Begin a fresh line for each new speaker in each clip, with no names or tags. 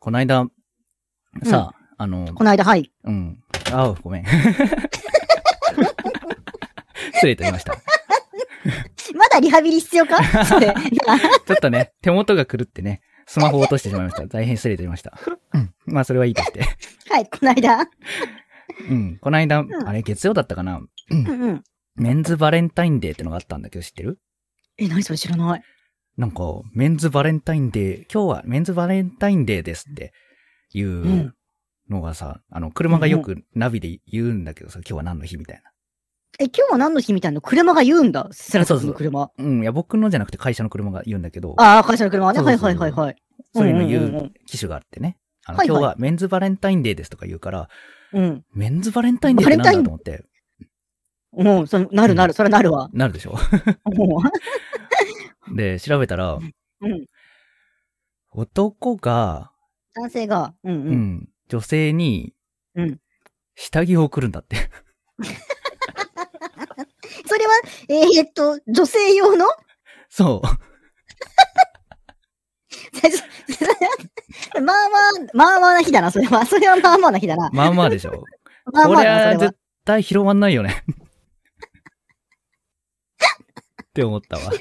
こないだ、さ、あの、
この間、はい。
うん。あごめん。失礼いたしました。
まだリハビリ必要か そ れ。なあ
ちょっとね、手元が狂ってね、スマホを落としてしまいました。大変失礼いたしました。うん。まあ、それはいいとして。
はい、この間。
うん。こないだ
ん、
あれ、月曜だったかな
うんうん。
メンズバレンタインデーってのがあったんだけど、知ってる
え、何それ知らない。
なんか、メンズバレンタインデー、今日はメンズバレンタインデーですっていうんうのがさ、あの、車がよくナビで言うんだけどさ、今日は何の日みたい
え、今日は何の日みたいなの車が言うんだ。セラトスの車。
な。うん、いや、僕のじゃなくて会社の車が言うんだけど、
ああ、会社の車はね。
そう
は
そう
い
そう
はいはいはい。
そういうの言
んん
う機種があってね。あの、
はいは
今
い
日はメンズバレンタインデーですとか言うから、
うん。
メンズバレンタインデーってなんだと思って、
うん。うん、そのなるなる、それなるわ。
なるでしょ
も
で、調べたら、
う。うん。
男が、
男性が、う
うんん、女性に
うん。うん。
下着を送るんだって。
それは、えーえっと、女性用の
そう。
まあまあ、まあまあな日だな、それは。 それはまあまあな日だな。
まあまあでしょ。
まあま
こ
あ
れ
だな、
は
それは
絶。対広まんないよ ね。って思ったわ。
ハー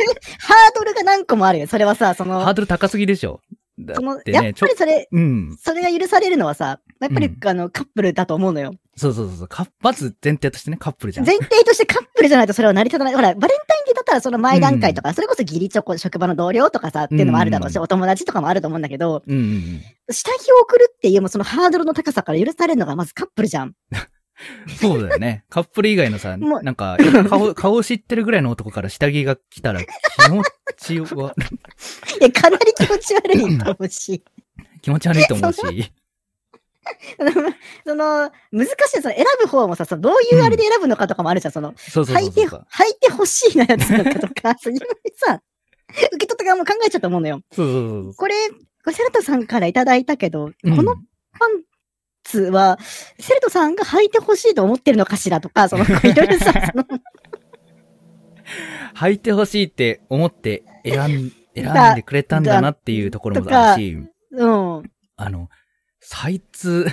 ドルが何個もあるよ。それはさ、そ
ハー
の、
ドル高すぎでしょ。だ
その
っ、て
やっ
ね、ち
ぱ
ょ
り、それ、
うん。
それが許されるのはさ、やっぱり、
うん
あの、カップルだと思うのよ。
そうそうそうそうか。まず前提としてね、カップルじゃん。
前提としてカップルじゃないとそれは成り立たない。ほら、バレンタインデーだったらその前段階とか、それこそ義理チョコ、職場の同僚とかさ、っていうのもあるだろうし、
うん
お友達とかもあると思うんだけど、
うんうんうん。
下着を送るっていう、もうそのハードルの高さから許されるのがまずカップルじゃん。
そうだよね。カップル以外のさ、
もう
なんか、顔、顔知ってるぐらいの男から下着が来たら気持ちは、
いや、かなり気持ち悪いと思うし、
気持ち悪いと思うし。
その、難しい、その選ぶ方もさ、そのどういうあれで選ぶのかとかもあるじゃん、その、
そうそう
履
そ
い
そう
うて、履。いてほしいなやつとかとか、 そういうさ、受け取った側も考えちゃうと思うのよ。
そうそうそう
これ、これセラトさんからいただいたけど、
そう。
こ
う
の
ん
パンツは、セルトさんが履いてほしいと思ってるのかしらとか、その、いろいろさ、その、
履いてほしいって思って選ん、選んでくれたんだなっていうところもあるし、
うん。
あの、サイズ、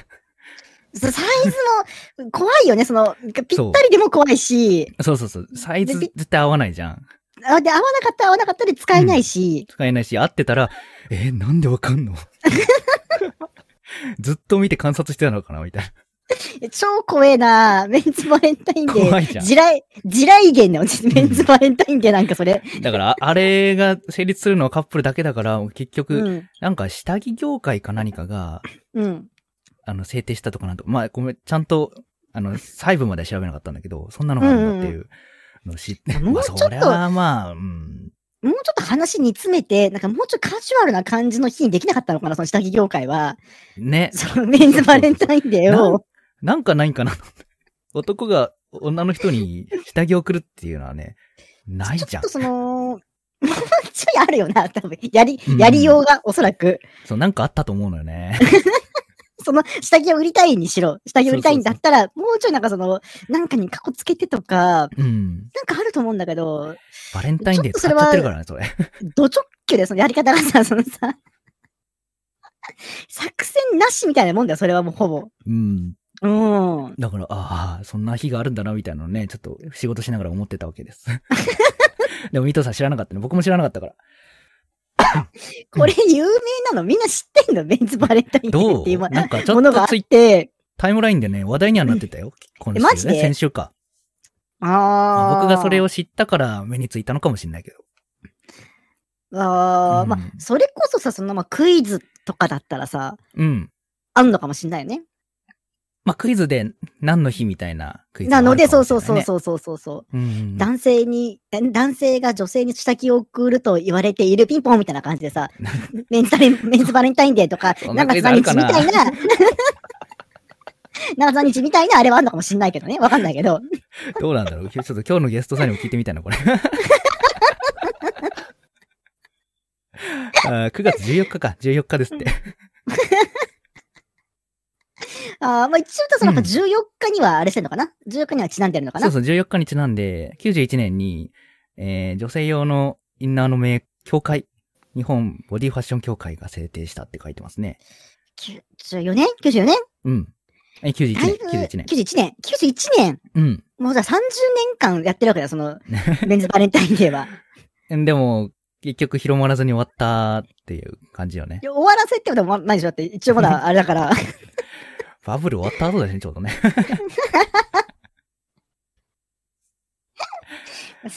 サイズも怖いよね、その、ぴ
そう
ったりでも怖いし、
そうそうそう、サイズ
で
絶対合わないじゃん。
あで、合わなかったら合わなかったで使えないし、
使えないし、合ってたら、えーなんでわかんのずっと見て観察してたのかなみたい
超怖えなメンズバレンタイン
な。
デ
怖
ー。
いじゃん。
地雷、地雷源 だよ、メンズバレンタインデーなんかそれ。
だから、ああれが成立するのはカップルだけだから、結局、
うん。
なんか下着業界か何かが、
うん。
あの、制定したとかなんと、まあ、ごめん、ちゃんと、あの、細部まで調べなかったんだけど、そんなのがあるんだっていうのを知って、
うんうん
まあ、
もうちょ
そ
っと
れはまあ、うん、
もうちょっと話煮詰めて、なんかもうちょっとカジュアルな感じの日にできなかったのかな、その下着業界は。
ね、
そのメンズバレンタインデーを。
なんかないんかな男が女の人に下着を送るっていうのはね、ない
ち
じゃ
ょっ
ん
と。その、 もうちょいあるよな、多分。やり
う、ん
やりようが、おそらく。
そう、なんかあったと思うのよね。
その、下着を売りたいにしろ、下着を売りたいんだったら、もうちょいなんかその、なんかにカコつけてとか、
うん。
なんかあると思うんだけど、
バレンタインデー使
ちょっとそれ
っち
は
ゃってるからね、それ。
ド直球でそのやり方がさ、そのさ、作戦なしみたいなもんだよ、それはもうほぼ。
うん。
うん。
だから、ああ、そんな日があるんだな、みたいなのね、ちょっと仕事しながら思ってたわけ です。でも、ミトさん知らなかったね。僕も知らなかったから。
これ有名なのみんな知ってんのメンズバレンタインデー
ど
っ
う
ていうも
なんかちょ
も
っ
のがあ
と
っ
ツイ
て、
タイムラインでね、話題にはなってたよ。今週、ね。
マジで
先週か。
ああ。
僕がそれ
を。
を知ったから目についたのかもしれないけど。
ああ、
うん
まあ、それこそさ、その、まあ、クイズとかだったらさ、
うん。
あんのかもしんないよね。
まあ、クイズで何の日みたいなクイズがあ
な
る
ので、
か
そ
も
う
しれ
そ
な
う
いね
そうそうそうそうそう。
うんうん
男性に、え男性が女性に下着を送ると言われているピンポンみたいな感じ でさ、メンズバレンメンズバレンタインデーとか、
そん
なん
な
か
クイズ
3
ある
日
か
み
な
たい な、なんか3日みたいなあれはあんのかもしんないけどね。わかんないけど。
どうなんだろうちょっと今日のゲストさんにも聞いてみたいな、こ れ。あー9月14日か、14日ですって。
あーまあ一応言うとその
うん
やっぱ14日にはあれしてんのかな、?14 日にはちなんでるのか
そ
な
うそう、14日にちなんで、91年に、えー、女性用のインナーの名、協会、日本ボディファッション協会が制定したって書いてますね。
94年 ?94 年
うん。え、91
だい
年
ぶ、。
91年。
91年。91年。
うん。
もうじゃあ30年間やってるわけだよ、その、メンズバレンタインデー は。
でも、結局広まらずに終わったっていう感じよね
い。や終わらせってこともないでしょだって、一応 まだあれだから。
バブル終わった後だしね、ちょうどね。
少な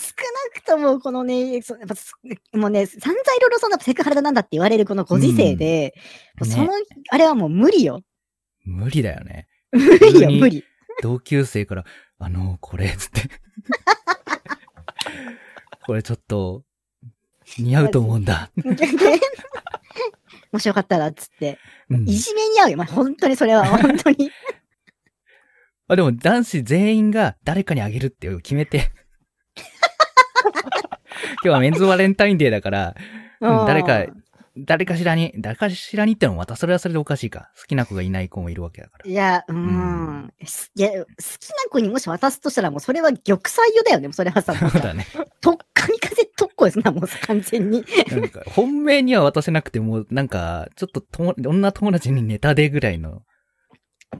くとも、このね、そやっぱすもうね、散々いろいろそんなセクハラだなんだって言われるこのご時世で、
うん
もうその、
ね
あれはもう無理よ。
無理だよね。
無理よ、
に
無理。
同級生から、あの、これ、 つって。これちょっと、似合うと思うんだ。
もしよかったら、つって。
うん
いじめに合うよ。まあ、本当にそ れは、本当に。
あでも男子全員が誰かにあげるって決めて。 今日はメンズバレンタインデーだから、うん誰か
うん、
誰かしらに、誰かしらにってのもまたそれはそれでおかしいか。好きな子がいない子もいるわけだから。
いや、うー。
うん
すいや、好きな子にもし渡すとしたら、もうそれは玉砕よだよね。もうそれはさ、 もう
そう
さ
だね。
とっかみ風とっこですな、もう完全に。
なんか、本命には渡せなくても、なんか、ちょっと友、女友達にネタでぐらいの、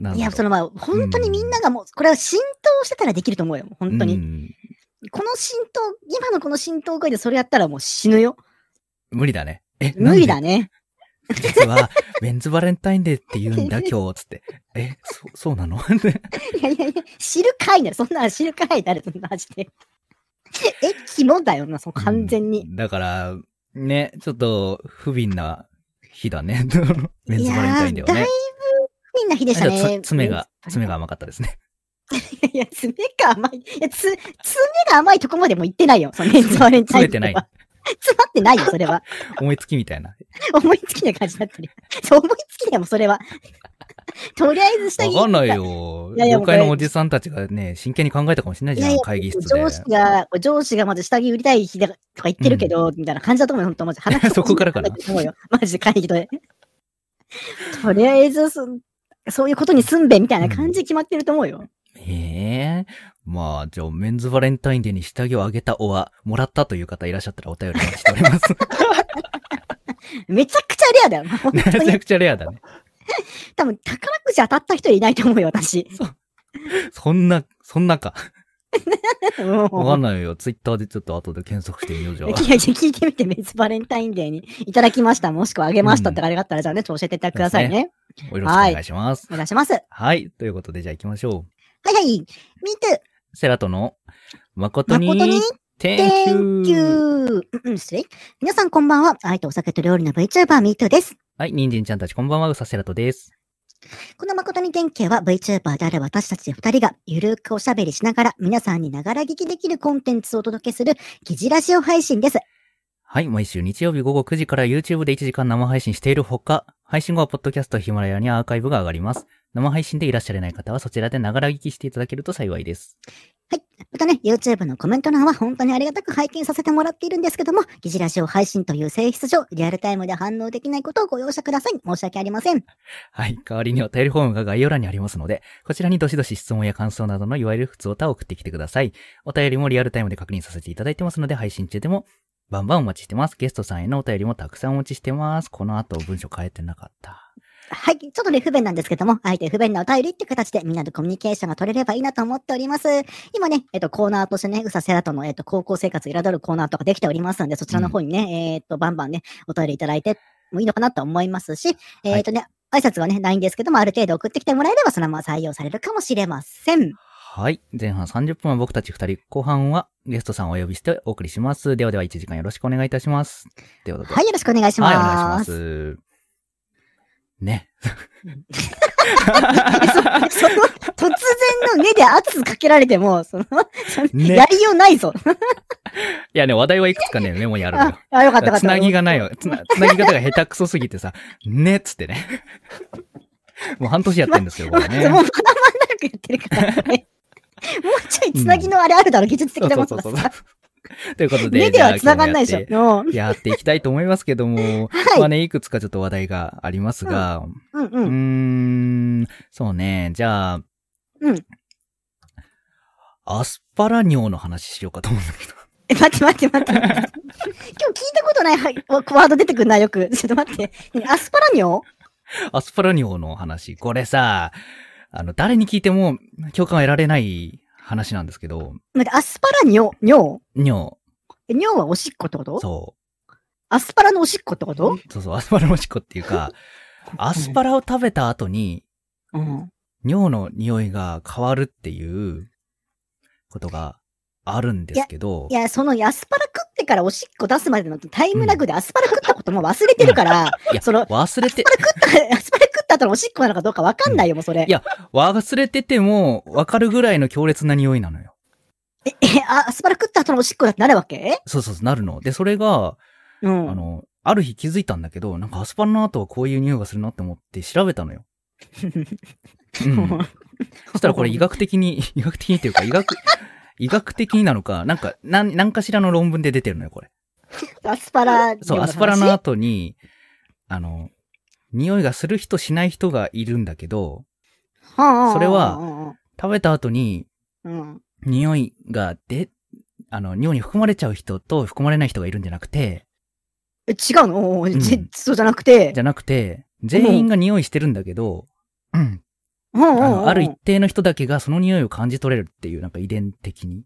なんだろう
いや、そのまあ、本当にみんながもう、これは浸透してたらできると思うよ。本当
う
に。
ん
この浸透、今のこの浸透具合でそれやったらもう死ぬよ。
無理だね。え、
無理だ
ね。
ね。
実は、メンズバレンタインデーって言うん だ、今日、つって。え、そ、そうなの
いやいやいや、知るかいなる。そんなの知るかいなる。そんな話で。 え、肝だよな、そう完全に。
うんだから、ね、ちょっと、不憫な日だね。 メンズバレンタインデーはね。
みんな日でした
あじゃあ
ね。
つ爪が、爪が。甘かったですね。
いや、爪が甘い。いや、つ、爪が甘いとこまでも行ってないよ。そのメンズバレンタインデーは。 詰まってないよ、それは。
思いつきみたいな。
思いつきな感じになってる。 そう思いつきだよ、それは。 とりあえず下着。
わかんないよ。
いやいや
業界のおじさんたちがね、真剣に考えたかもしれないじゃん、会議室で。
上司が、上司がまず下着売りたい日だとか言ってるけど、みたいな感じだと思うよ、本 当マジ。話
そこからかな
と思うよ。マジで会議で。 とりあえずそ、そういうことにすんべ、みたいな感じで決まってると思うよ。
ええまあ、じゃあ、メンズバレンタインデーに下着をあげたおは、もらったという方いらっしゃったらお便りお待ちしており ます。
めちゃくちゃレアだ よ。本
め
当
ちゃ
に。
くちゃレアだね。
多分、宝くじ当たった人いないと思うよ、私。
そんな、そんなか。
もう
わかんないよ。ツイッターでちょっと後で検索してみようじゃあ。
いやいや、聞いてみて、メンズバレンタインデーにいただきました、もしくはあげましたってあれがあったら、じゃあね、ちょっと教えてくださいね。
よろしくお願いします。
お願いします。は
はい。ということで、じゃあ行きましょ
いはい。見て、
う。セラとの、誠に、
誠に
Thank
Thank
you!
you! うんうん、失礼。皆さんこんばんは。愛とお酒と料理の VTuber ミートゥです。
はい、人参ちゃんたちこんばんは、うさセラとです。
この誠に典型は VTuber である私たち二人がゆるくおしゃべりしながら皆さんにながら聞きできるコンテンツをお届けする記事ラジオ配信です。
はい、毎週日曜日午後9時から YouTube で1時間生配信しているほか、配信後はポッドキャストヒマラヤにアーカイブが上がります。生配信でいらっしゃれない方はそちらでながら聞きしていただけると幸いです。
またね、YouTube のコメント欄は本当にありがたく拝見させてもらっているんですけども、記事ラジオ配信という性質上、リアルタイムで反応できないことをご容赦ください。申し訳ありません。
はい、代わりにお便りフォームが概要欄にありますので、こちらにどしどし質問や感想などのいわゆる普通歌を送ってきてください。お便りもリアルタイムで確認させていただいてますので、配信中でもバンバンお待ちしてます。ゲストさんへのお便りもたくさんお待ちしてます。この後文章変えてなかった。
はい、ちょっとね、不便なんですけども、あえて不便なお便りって形でみんなでコミュニケーションが取れればいいなと思っております。今ね、えっと、コーナーとしてね、うさせらとの、えっと、高校生活を彩るコーナーとかできておりますので、そちらの方にね、えっと、バンバンね、お便りいただいてもいいのかなと思いますし、えっとね、挨拶はね、ないんですけども、ある程度送ってきてもらえれば、そのまま採用されるかもしれません。
はい。前半30分は僕たち2人、後半はゲストさんをお呼びしてお送りします。ではでは1時間よろしくお願いいたします。ということで。
はい、よろしくお願いし
はい、お
ま
願いし
す。
ます。ね。
その突然のねで圧かけられても、その、その
ね
やりようないぞ。
いやね、話題はいくつかね、メモにあるのよ
あ。、 あよかったよかっ
つ
た。
なぎがないよ。つな、つなぎ方が下手くそすぎてさ、 ねっつってね。 もう半年やってんですよ、これね。
もうまだまだくやってるからね。 もうちょいつなぎのあれあるだろ、技術的なものが
そうそう
さ。
ということで。
目ではつながんないでしょ。
じゃ
うん
あ今日もやってやっていきたいと思いますけども、
はい
まあね、いくつかちょっと話題がありますが、
うん
う
うん。
ーん、そうね。じゃあ、
うん。
アスパラ尿の話しようかと思うんだけど。
え、待って待って待って。今日聞い たことないはいワード出てくんな、よく。ちょっと待って。何アスパラニョ
アスパラニオの話、これさ、あの、誰に聞いても共感を得られない話なんですけど、
待ってアスパラ尿、尿
尿、
え尿はおしっこってこと
そ
アスパラのおしっこってこと
う、そうそう、アスパラのおしっこっていう か、アスパラを食べた後に
うん。
尿の匂いが変わるっていうことがあるんですけど
い、や、そのアスパラ食ってからおしっこ出すまでのタイムラグでアスパラ食ったことも忘れてるから、
いや
その、
忘れて、
アスパラ食った後 のおしっこなのかどうかわかんないよ、もうそれ。
いや忘れててもわかるぐらいの強烈な匂いなのよ。
え、あアスパラ食った後のおしっこだってなるわけ
そうそうそう、なるの。で、それが、
う
あ
ん。
の、ある日気づいたんだけど、なんかアスパラの後はこういう匂いがするなって思って調べた のよ。うん。そしたらこれ医学的に、医学的にっていうか、医学、医学的になのか、なんか、なん、何かしらの論文で出てるのよ、これ。
アスパラ尿
そう、
の
ア
話
スパラの後に、あの、匂いがする人しない人がいるんだけど、それは、食べた後に
うんうんうんうんうん
匂いが出、あの、尿に含まれちゃう人と含まれない人がいるんじゃなくて、
え違うの、おーじ
うん
そうじゃなくて
じ、ゃなくて、全員が匂いしてるんだけど、うん、
うんうんうん
あの、ある一定の人だけがその匂いを感じ取れるっていう、なんか遺伝的に。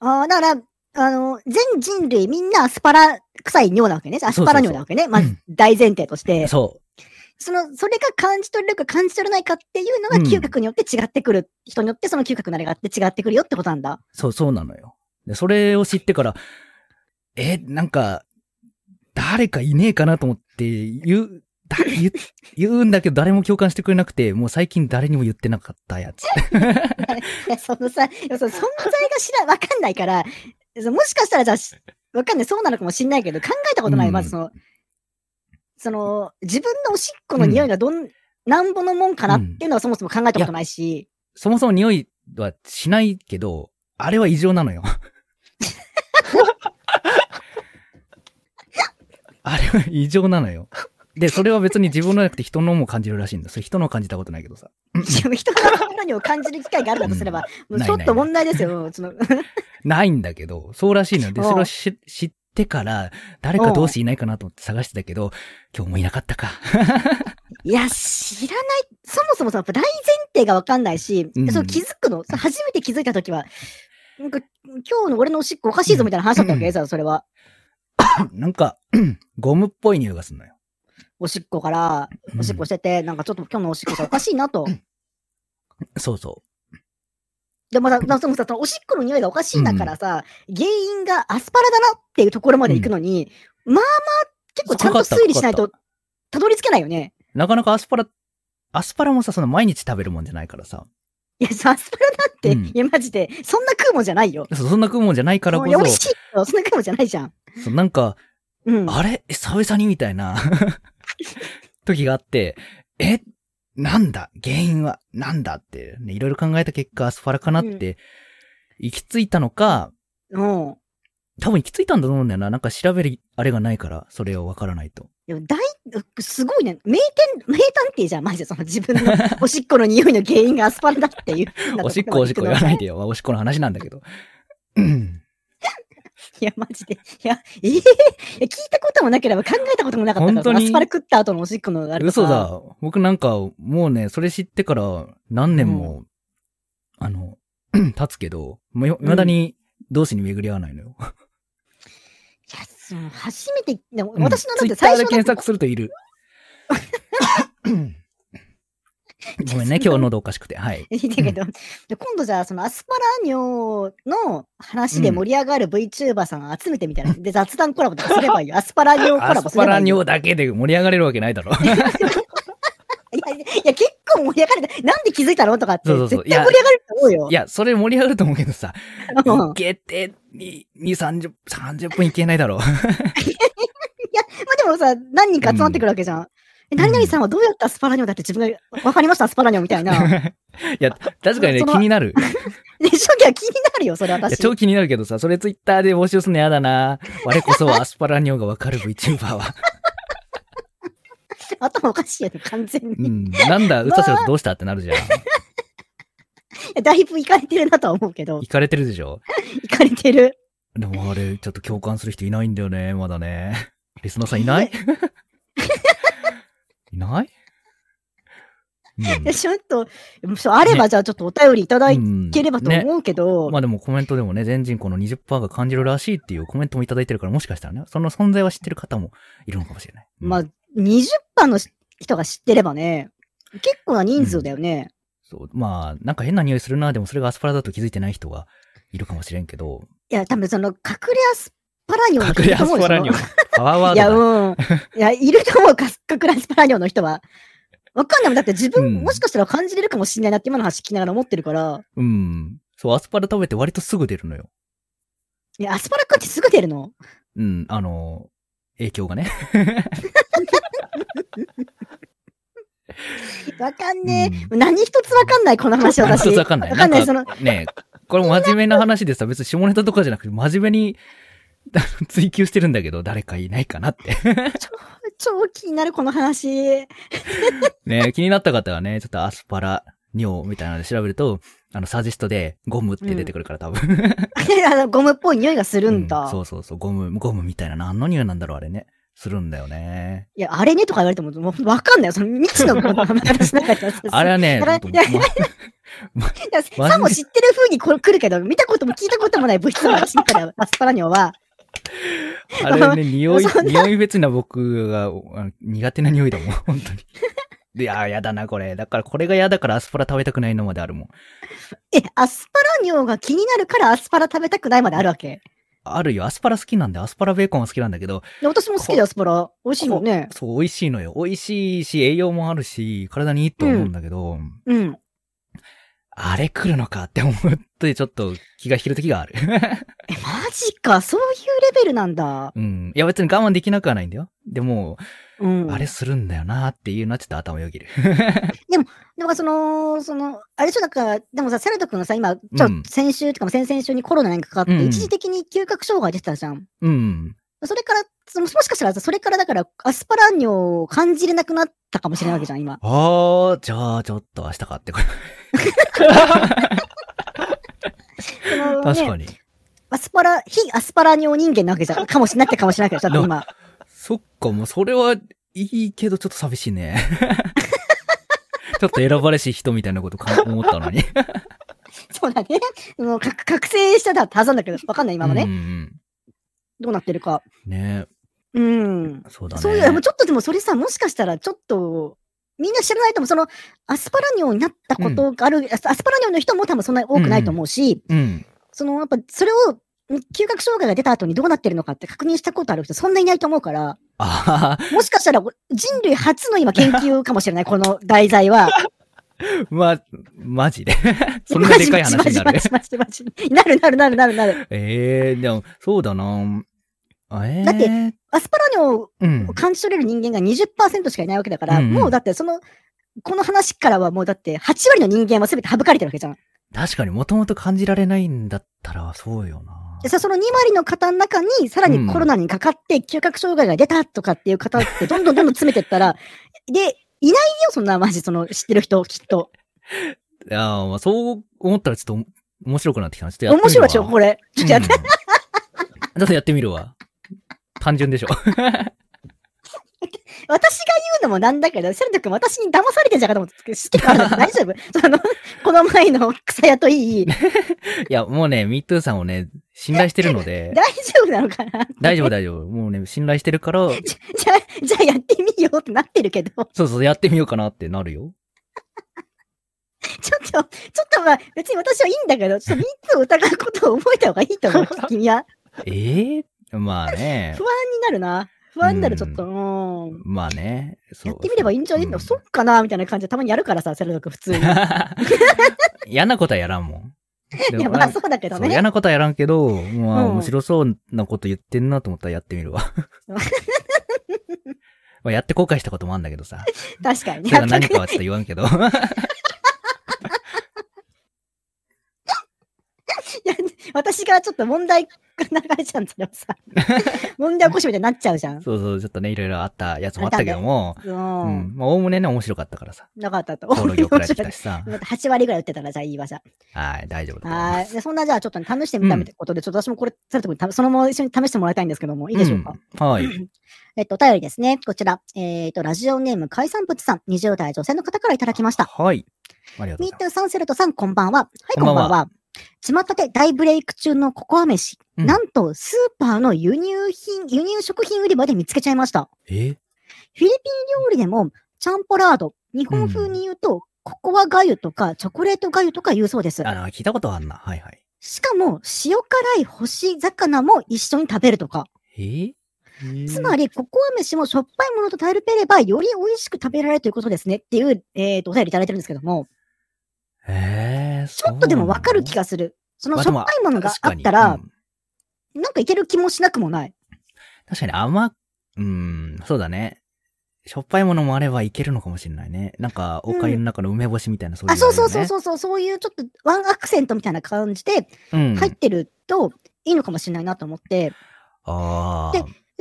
あーだから、あの、全人類みんなアスパラ臭い尿なわけね。アスパラ尿なわけね。ま
う
ず
ん
大前提として。
そ
その、それが感じ取れるか感じ取れないかっていうのが
うん
嗅覚によって違ってくる。人によってその嗅覚のあれがあって違ってくるよってことなんだ。
う、そう、そうなのよ。で、それを知ってから、え、なんか、誰かいねえかなと思って言う、だ言う言うんだけど誰も共感してくれなくて、もう最近誰にも言ってなかったやつ。
いや、そのさ、いやその存在が知ら、わかんないから、そもしかしたらじゃあし、わかんない、そうなのかもしんないけど、考えたことない、
うん
まずその、その、自分のおしっこの匂いがどん、なんぼのもんかなっていうのはそもそも考えたことないし、
そもそも匂いはしないけど、あれは異常なのよ。あれは異常なのよ。で、それは別に自分のじゃなくて人のも感じるらしいんだ。それ人の感じたことないけどさ。
人の何を感じる機会があるんだとすれば、
うん
もうちょっと問題ですよ、もうその、
ないんだけど、そうらしいのよで、
うん
それをし知ってから、誰か同士いないかなと思って探してたけど、今日もいなかった か。
いや、知らない。そもそもさ、やっぱ大前提がわかんないし、
うん
そう気づ くの。そう初めて気づいたときは、なんか、今日の俺のおしっこおかしいぞみたいな話だったわけ、
うん
さ、それは。
なんか、 ゴムっぽい匂いがするのよ。
おしっこから、
うん
おしっこしてて、なんかちょっと今日のおしっこさ、おかしいなと。
そうそ
で、また、まあそもそもさ、おしっこの匂いがおかしいんだからさ、原因がアスパラだなっていうところまで行くのに、まあまあ、結構ちゃんと
かかった
推理しないと、たどり着けないよね。
う。なかなかアスパラ、アスパラもさ、その毎日食べるもんじゃないからさ。
いや、そうアスパラだって、
うん
いや、マジで、そんな食うもんじゃないよ。
そうそんな食うもんじゃないからこ
いや、美味
そ
しいよ。そんな食うもんじゃないじゃん。
そう、なんか、
うん。
あれ久々にみたい な、時があって、えなんだ原因はなんだって、ね、いろいろ考えた結果、アスパラかなって、行き着いたのか、
うん。
多分行き着いたんだと思うんだよな。なんか調べるあれがないから、それをわからないと。
でも大、すごいね。名店、名探偵じゃん、マジで。その自分のおしっこの匂いの原因がアスパラだって いう。
おしっこおしっこ言わないでよ。おしっこの話なんだけど。うん
いや、マジで。いや、ええいや聞いたこともなければ考えたこともなかったか
本
ら、
当に
そのアスパラ食った後のおしっこのあれと か
嘘。だ。僕なんか、もうね、それ知ってから何年も、あの、 経つけど、もう未だに同士に巡り合わないのよ。
いや、その初めて、でも
うん
私のだっ
Twitter
て最
で
初
検
だって
索するとい る。ごめ んね、今日喉おかしくて。はい。
いいんだけど、で今度じゃあ、そのアスパラ尿の話で盛り上がる VTuber さんを集めてみたら、で、雑談コラボとかすれ ばいいよ。アスパラ尿コラ
ア
ボ
ス
すれ
パ
ばい
ラ
いよ。
尿だけで盛り上がれるわけないだ ろ。
いや、いや、結構盛り上がる。なんで気づいたのとかって、
そうそうそう
絶対盛り上がると思うよ。
いや、それ盛り上がると思うけどさ、
うん
いけて、に、に、30、30分いけないだろう。
まあでもさ、何人か集まってくるわけじゃん。え何々さんはどうやってアスパラニョだって自分が、わかりました、アスパラニョみたいな。
いや、確かにね、
その
気になる。い
で、初期は気になるよ、それ
や
私。
超気になるけどさ、それツイッターで募集するのやだ な。我こそはアスパラ尿がわかる VTuber は。
頭おかしいよね、完全
う
に。
ん。なん だ、うさせろどうしたってなるじゃん。
だいぶいかれてるなとは思うけど、
行かれてるでしょ。
いかれてる。
でもあれ、ちょっと共感する人い ないんだよね、まだね。リスナーさんいないいない
えちょっと、そうあればじゃあちょっとお便りいただ
う
い
ん
ければと
ね
思うけど、
まあでもコメントでもね、全人口の20%が感じるらしいっていうコメントもいただいてるから、もしかしたらね、その存在は知ってる方もいるのかもしれない。うん
まあ、20%の人が知ってればね、結構な人数だよね。
そうまあ、なんか変な匂いするな、でもそれがアスパラだと気づいてない人がいるかもしれんけど、
いや、多分その、隠れアスパラニョンの人
隠
い
れ
ると
ア
思
ス
うよ
パラにはパワーワー
いや、
ドだ
うん。いや、いると思うか、隠れアスパラニョンの人は。わかんないもん。だって自分、
うん
もしかしたら感じれるかもしれないなって今の話聞きながら思ってるから、
うん。そう、アスパラ食べて割とすぐ出るのよ。
いや、アスパラくんってすぐ出るの
うん、あの、影響がね。
わかんねえ。何一つわかんない、この話
何
私。
一つわかんない。
わかんない、そ
ん
の、
かねこれ真面目な話でさ、別に下ネタとかじゃなくて、真面目に 追求してるんだけど、誰かいないかなって。
超気になる、この話。
ね気になった方はね、ちょっとアスパラ、尿みたいなので調べると、あの、サジェストでゴムって出てくるから多分。
あのゴムっぽい匂いがするんだ。
うそうそうそう、ゴム、ゴムみたいな、何の匂いなんだろう、あれね。するんだよね。
いや、あれねとか言われても、もうわかんないよ。その未知の話なんかじゃん
あれはね、
あれ
ほんとま
いやさも知ってる風にこう来るけど、見たことも聞いたこともない物質の話だから、アスパラニョは。
あれ ね、匂い
そ、ん
匂い別な僕がおあの苦手な匂いだもん、 本当に。いやー、やだな、これ。だから、これが嫌だからアスパラ食べたくないのまであるもん。
え、アスパラニョが気になるからアスパラ食べたくないまであるわけ。
あるよ、アスパラ好きなんで、アスパラベーコンは好きなんだけど、
いや私も好きだよ、アスパラ。美味しいもんね。
そう、美味しいのよ。美味しいし、栄養もあるし、体にいいと思うんだけど、
うん。
あれ来るのかって思って、ちょっと気が引ける時がある。
え、マジか。そういうレベルなんだ。
うん。いや、別に我慢できなくはないんだよ。でも、
うん。
あれするんだよなっていうのはちょっと頭よ ぎる。
なんかその、その、あれでしょ、なんか、でもさ、セラト君がさ、今、ちょ、
うん
先週とかも先々週にコロナにかかって、
うんうん
一時的に嗅覚障害出てたじゃん。
うん。
それから、そのもしかしたらさ、それからだから、アスパラニョを感じれなくなったかもしれないわけじゃん、今。
あー、じゃあ、ちょっと明日かって。これ
そのね
確かに。
アスパラ、非アスパラニョ人間なわけじゃん。かもしれないってかもしれないけど、ちょっと今。
そっか、もうそれはいいけど、ちょっと寂しい ね。ちょっと選ばれし人みたいなことか思った のに。
そうだね。そのか覚醒したはずなんだけど、わかんない、今もね。
うんうん
どうなってるか。
ね
うん。
そうだね。
そういう、もうちょっとでもそれさ、もしかしたらちょっと、みんな知らないと思う。その、アスパラニョになったことがある、アスアスパラニョの人も多分そんなに多くないと思うし、
うん。
その、やっぱ、それを、嗅覚障害が出た後にどうなってるのかって確認したことある人そんないないと思うから、
あ
もしかしたらお人類初の今研究かもしれない、この題材は。
あ、ま、マジで。 そんなでかい話になる
マ。ジマジマジマジなるなるなるなるなる。
ええでも、そうだな。あええ
だってアスパラニョ
うん
を。感じ取れる人間が20%しかいないわけだから、
うんうん
もうだってその、この話からはもうだって8割の人間は全て省かれてるわけじゃん。
確かにもともと感じられないんだったら、そうよな
で。さ、その2割の方の中に、さらにコロナにかかって嗅覚障害が出たとかっていう方ってどんどんどんどん詰めてったら、 で、いないよ、そんなマジ、その知ってる人、きっと。
ああ、まあ、そう思ったらちょっと面白くなってきたな。ちょっとやってみ
面
る
白い
わ
でしょ、これ。ちょっとやって、
うんちょっとやってみるわ。単純でし ょ。
私が言うのもなんだけど、セルト君私に騙されてんじゃんかと 思って、知ってから大丈夫その、この前の草屋といい、
いや、もうね、ミートゥーさんをね、信頼してるの
大
で、
丈夫なのかな
大丈夫大丈夫。もうね、信頼してるから、
じゃ、じゃ、じゃあやってみようってなってるけど、ちょっ
そうそう、やってみようかなってなるよ。
と、ちょっとまあ、別に私はいいんだけど、ちょっとミーツを疑うことを覚えた方がいいと 思う、君は。
ええまあね
不、安になるな。不安になる、ちょっと。
う
うん
まあね、そう
やってみればいいんじゃねえ
う
の、
ん
そっかなみたいな感じでたまにやるからさ、セルト君普通に。い
嫌なことはやらんもん。で
や、
も
まあそうだけど
そう嫌
ね。
なことはやらんけど、まあ、
うん
面白そうなこと言ってんなと思ったらやってみる わ。まあやって後悔したこともあんだけど さ。
確かにね。
それが何かはちょっと言わんけど。
いや私がちょっと問題流れちゃうんそれは さ。もんで起こしみたいになっちゃうじゃん。
そうそう、ちょっとね、いろいろあったやつもあったけども、
う。
うんん。まあ、おおむねね、面白かったからさ。
なかったと。
コオロギ送られてきた
面
しさ。
白い8割ぐらい売ってたら、じゃあいいわ、じゃ
はい、大丈夫だと
あ。
思います
はい。でそんな、じゃあちょっとね試してみたみたいなことで、ちょっと私もこれ、されてもたそのまま一緒に試してもらいたいんですけども、いいでしょうか。
うんはい。
えっと、お便りですね。こちら。えっと、ラジオネーム、海産物さん、20代女性の方からいただきました。
はい。ありがとう
ミ
ござ
ー
い
トゥーサンセルトさん、こんばんは。はい、
こんば
こん
んは
ばんは。巷で大ブレイク中のココア飯、
うん
なんとスーパーの輸入品、輸入食品売り場で見つけちゃいました。
ます。え
フィリピン料理でも、チャンポラード、日本風に言うと、ココア粥とか、チョコレート粥とか言うそうです。
あの、聞いたことあんな。はいはい。
しかも、塩辛い干し魚も一緒に食べるとか。
え
つまり、ココア飯もしょっぱいものと食べれば、より美味しく食べられるということですねっていう、えー、と、お便りいただいてるんですけども、
えー、
ちょっとでもわかる気
が
がする。そのしょっぱいものがあった
確
ら
かに,、う、ん
なんかいける気もしなくもない。
確かに甘、うん、そうだね。しょっぱいものもあればいけるのかもしれないね。なんか、おかゆの中の梅干しみたいな、そういう、
あ、
ね。
そうそうそうそうそう、そういうちょっとワンアクセントみたいな感じで
う。うん。
入ってるといいのかもしれないなと思って、
ああ。
で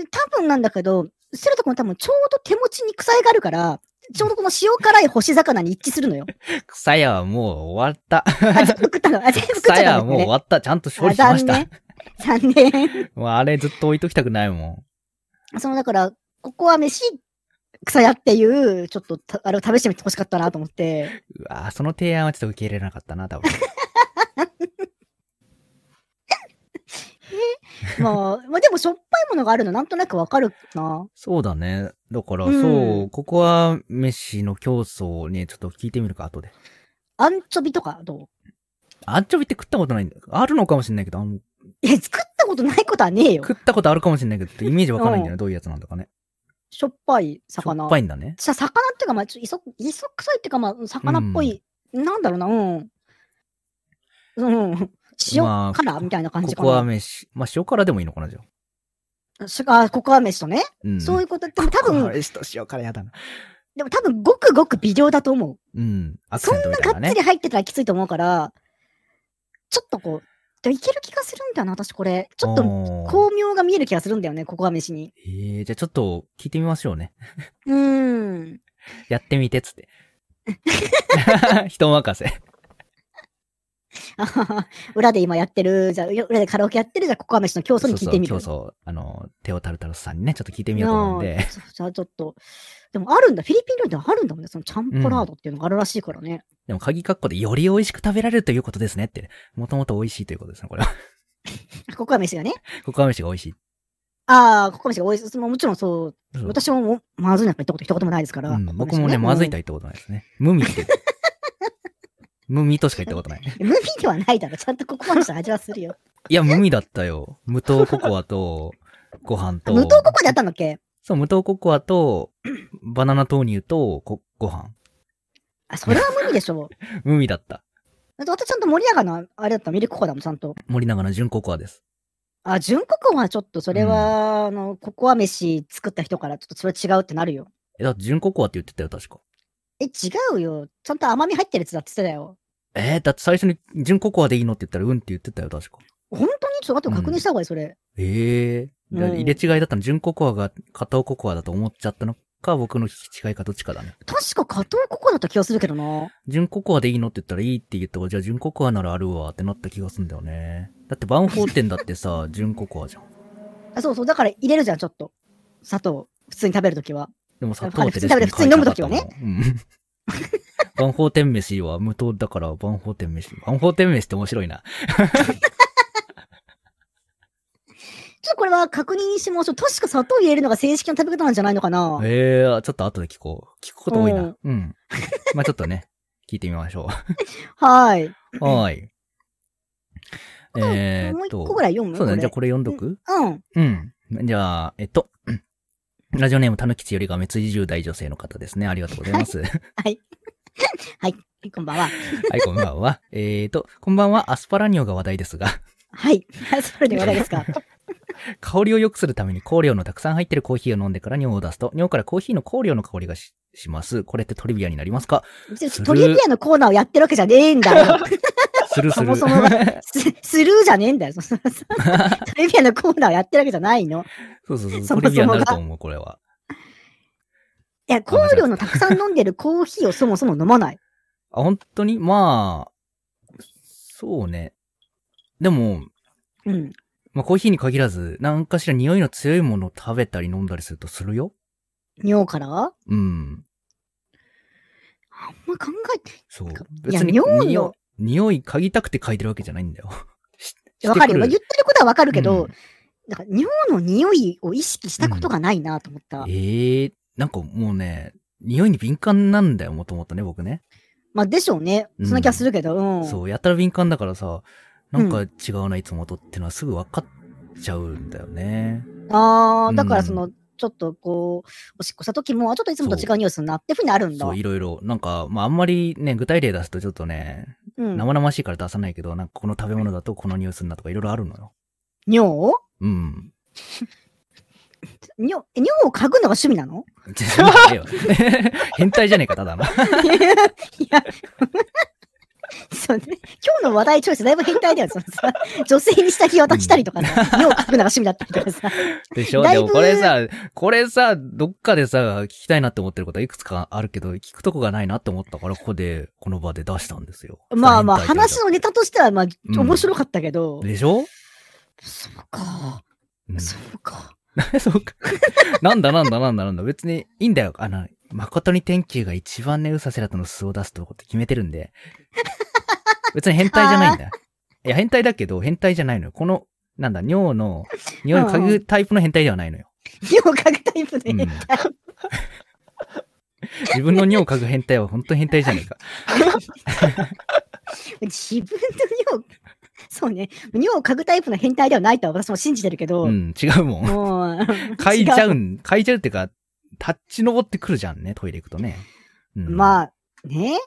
多分なんだけど、セルト君多分ちょうど手持ちに臭いがあるから、ちょうどこの塩辛い干し魚に一致するの よ。
草屋はもう終わった。
あ、全部食ったのあ、全部食っちゃ
草
っ
屋
た
は
ん
もう
で
終
すね。
わった。ちゃんと処理
あ
しまし
残
た
念。。残念。
もうあれずっと置いときたくないも
そのだから、ここは飯、草屋っていう、ちょっとた、あれを試してみてほしかったなと思って。
ん。うわーその提案はちょっと受け入れられなかったな、多分。
まあ、まあ でもしょっぱいものがあるのなんとなくわかるな。
そうだね。だから、
うん
そう、ここは、飯の競争ね、ちょっと聞いてみるか、後で。
アンチョビとかど
アンチョビって食ったことないんだあるのかもしれないけど、あん
うえ、作ったことないことはねえよ。
食ったことあるかもしれないけど、ちょっとイメージわかんないんだよ
う
ね。どういうやつなんだかね。
しょっぱい
しょ
魚。
っぱいんだね。
じゃあ魚っていうか、まあ、ちょ磯、磯臭いっていうか、まあ、魚っぽい、なんだろうな、うん。うん。
まあ
塩辛みたいな感
こ
じか
こは
な。
飯。まあ、塩辛でもいいのかな、じゃあ。
しあ、ココア飯とね。
うん。。
そういううこと。でも多分、
飯と塩辛やだな。
でも多分、ごくごく微量だと思う。
うん。アク
そ
セ
ん
ントみ
な
たいな
がっ
ね
つり。入ってたらきついと思うから、ちょっとこう、でもいける気がするんだよな、私これ。ちょっと、
おー
巧妙が見える気がするんだよね、ここは飯に。
えー、じゃあちょっと聞いてみましょ うね。
うーん。
やってみて、つ って。人任せ。
あはは 裏で今やってる、じゃあ、裏でカラオケやってる、じゃあ、ここは飯の競争に聞いてみる。
そうそうそうそう。あの、テオタルタルさんにね、ちょっと聞いてみようと思うん
なあ
で。
そうじゃあ、ちょっと。でもあるんだ、フィリピン料理ではあるんだもんね、そのチャンポラードっていうのがあるらしいからね。
でも、鍵括弧でより美味しく食べられるということですねってね。もともと美味しいということですね、 これは。
ここは飯がね。
ここは飯が美味しい。
ああ、ここは飯が美味しいその。もちろんそう、
そう
私ももまずいなんか言ったこと一言もないですか
う
ら。
ん
ここは飯
僕もね、まずいと
うん
は言ったことないですね。無味 って。無味としか言ったことない。
無味ではないだろ、ちゃんとここは飯の味はするよ。
いや、無味だったよ。無糖ココアと、ご飯と。
無糖ココアであったんだっけ
そう、無糖ココアと、バナナ豆乳と、こご飯。
あ、それは無理でしょう。
無味だった。
だって私ちゃんと森永のあれだったのミルクココアだもん、ちゃんと。
森永の純ココアです。
あ、純ココアはちょっと、それは、あの、ココア飯作った人から、ちょっとそれ違うってなるよ。
え、だって純ココアって言ってたよ、確か。
え、違うよ。ちゃんと甘み入ってるやつだって言ってたよ。
えー、だって最初に純ココアでいいのって言ったら、うんって言ってたよ、確か。
本当にちょっと後で確認した方がいい、それ。
ええ
うん
入れ違いだったの、純ココアが片尾ココアだと思っちゃったのか、僕の聞き違いかどっちかだね。
確か加藤ココアだった気がするけどな。
純ココアでいいのって言ったらいいって言ったから、じゃあ純ココアならあるわってなった気がすんだよね。だって、バンフォーテンだってさ、純ココアじゃん。
あ、そうそう。だから入れるじゃん、ちょっと。砂糖。普通に食べるときは。
でも砂糖って
普通に食べる普通に飲む時はね
ね。バンホーテン飯は無糖だから、バンホーテン飯。バンホーテン飯って面白いな。
ちょっとこれは確認してみましょう。確か砂糖入れるのが正式な食べ方なんじゃないのかな。
ええちょっと後で聞こう。聞くこと多いな
うん。
うん。 まあちょっとね、聞いてみましょ
はい。
う。はーい。え
もう
ーっ
一
と。
個ぐらい読む
そうだね。じゃあ
こ
これ読んどく
れうん。
うん。じゃあ、えっと。ラジオネームたぬきちよりがめつ10代女性の方ですね。ありがとうござい ます。
はい、こんばんは。
はい、こんばんは。えーっと、こんばんは。アスパラニオが話題ですが、
はい。 はい、それで話題ですか。
香りを良くするために香料のたくさん入ってるコーヒーを飲んでから尿を出すと、尿からコーヒーの香料の香りがしします。これってトリビアになりますか
別に
する
トリビアのコーナーをやってるわけじゃねえんだよ。
するする。
そもそもススルーじゃねえんだよ。そそそトリビアのコーナーをやってるわけじゃないの。
そうそうそ。
そう
ト
もそもが
リビアになると思う、これは。
いや、香料のたくさん飲んでるコーヒーをそもそも飲まない。
あ、本当にまあ、そうね。でも、
うん。
まあ、コーヒーに限らず、何かしら匂いの強いものを食べたり飲んだりするとするよ。
尿からあん
うん。
ま考えて
そう
なんか。
別に
いや匂い
匂
よ
い匂い嗅ぎたくて嗅いでるわけじゃないんだよ。 し
いやわかるよ。言ってることはわかるけど、
うん
だから尿の匂いを意識したことがないなと思った。
ええなんかもうね、匂いに敏感なんだよ、もともとね、僕ね。
まあでしょうね。そんな気がするけど、うん。
そう、やたら敏感だからさ、なんか違うな、いつもとってのはすぐ分かっちゃうんだよね。
ああ、だから
うん
その、ちょっとこう、おしっこした時も、あちょっといつもと違う匂いするなっていうふうになるんだ。
そう、
う
いろいろ。なんか、まあ、あんまりね、具体例出すとちょっとね、
ん。
生々しいから出さないけど、なんかこの食べ物だとこの匂いするなとかいろいろあるのよ。
尿
うん。
尿尿を嗅ぐのが趣味なの
そんなんねえよ 変態じゃねえか、ただの。
いや、いや そうね。今日の話題チョイスだいぶ変態だよ。その さ女性に下着渡したりとかさ、尿を嗅ぐのが趣味だったりと かさ。
でしょ
だい
で
ぶ
もこれさ、これさ、どっかでさ、聞きたいなって思ってることはいくつかあるけど、聞くとこがないなって思ったから、ここで、この場で出したんですよ。
まあまあ、
変態という
話のネタとしては、まあ、
ん
面白かったけど。
かでしょ、
そうか。
うん、
そうか。
そうか。 なんだなんだなんだなんだ。別にいいんだよ。あの、誠に天球が一番ね、ウサセラとの素を出すとこって決めてるんで。別に変態じゃない んだ。いや、変態だけど、変態じゃないのよ。この、なんだ、尿の、尿の嗅ぐタイプの変態ではないのよ。
尿を嗅ぐタイプで。
うん 自分の尿を嗅ぐ変態は本当に変態じゃないか。
自分の尿、そうね。尿を嗅ぐタイプの変態ではないとは私も信じてるけど。
うん、違う もん。
もう、
嗅いちゃ
違う。
うん、嗅いちゃうっていうか、立ち上ってくるじゃんね、トイレ行くとね。うん、あ、
まあ、ね。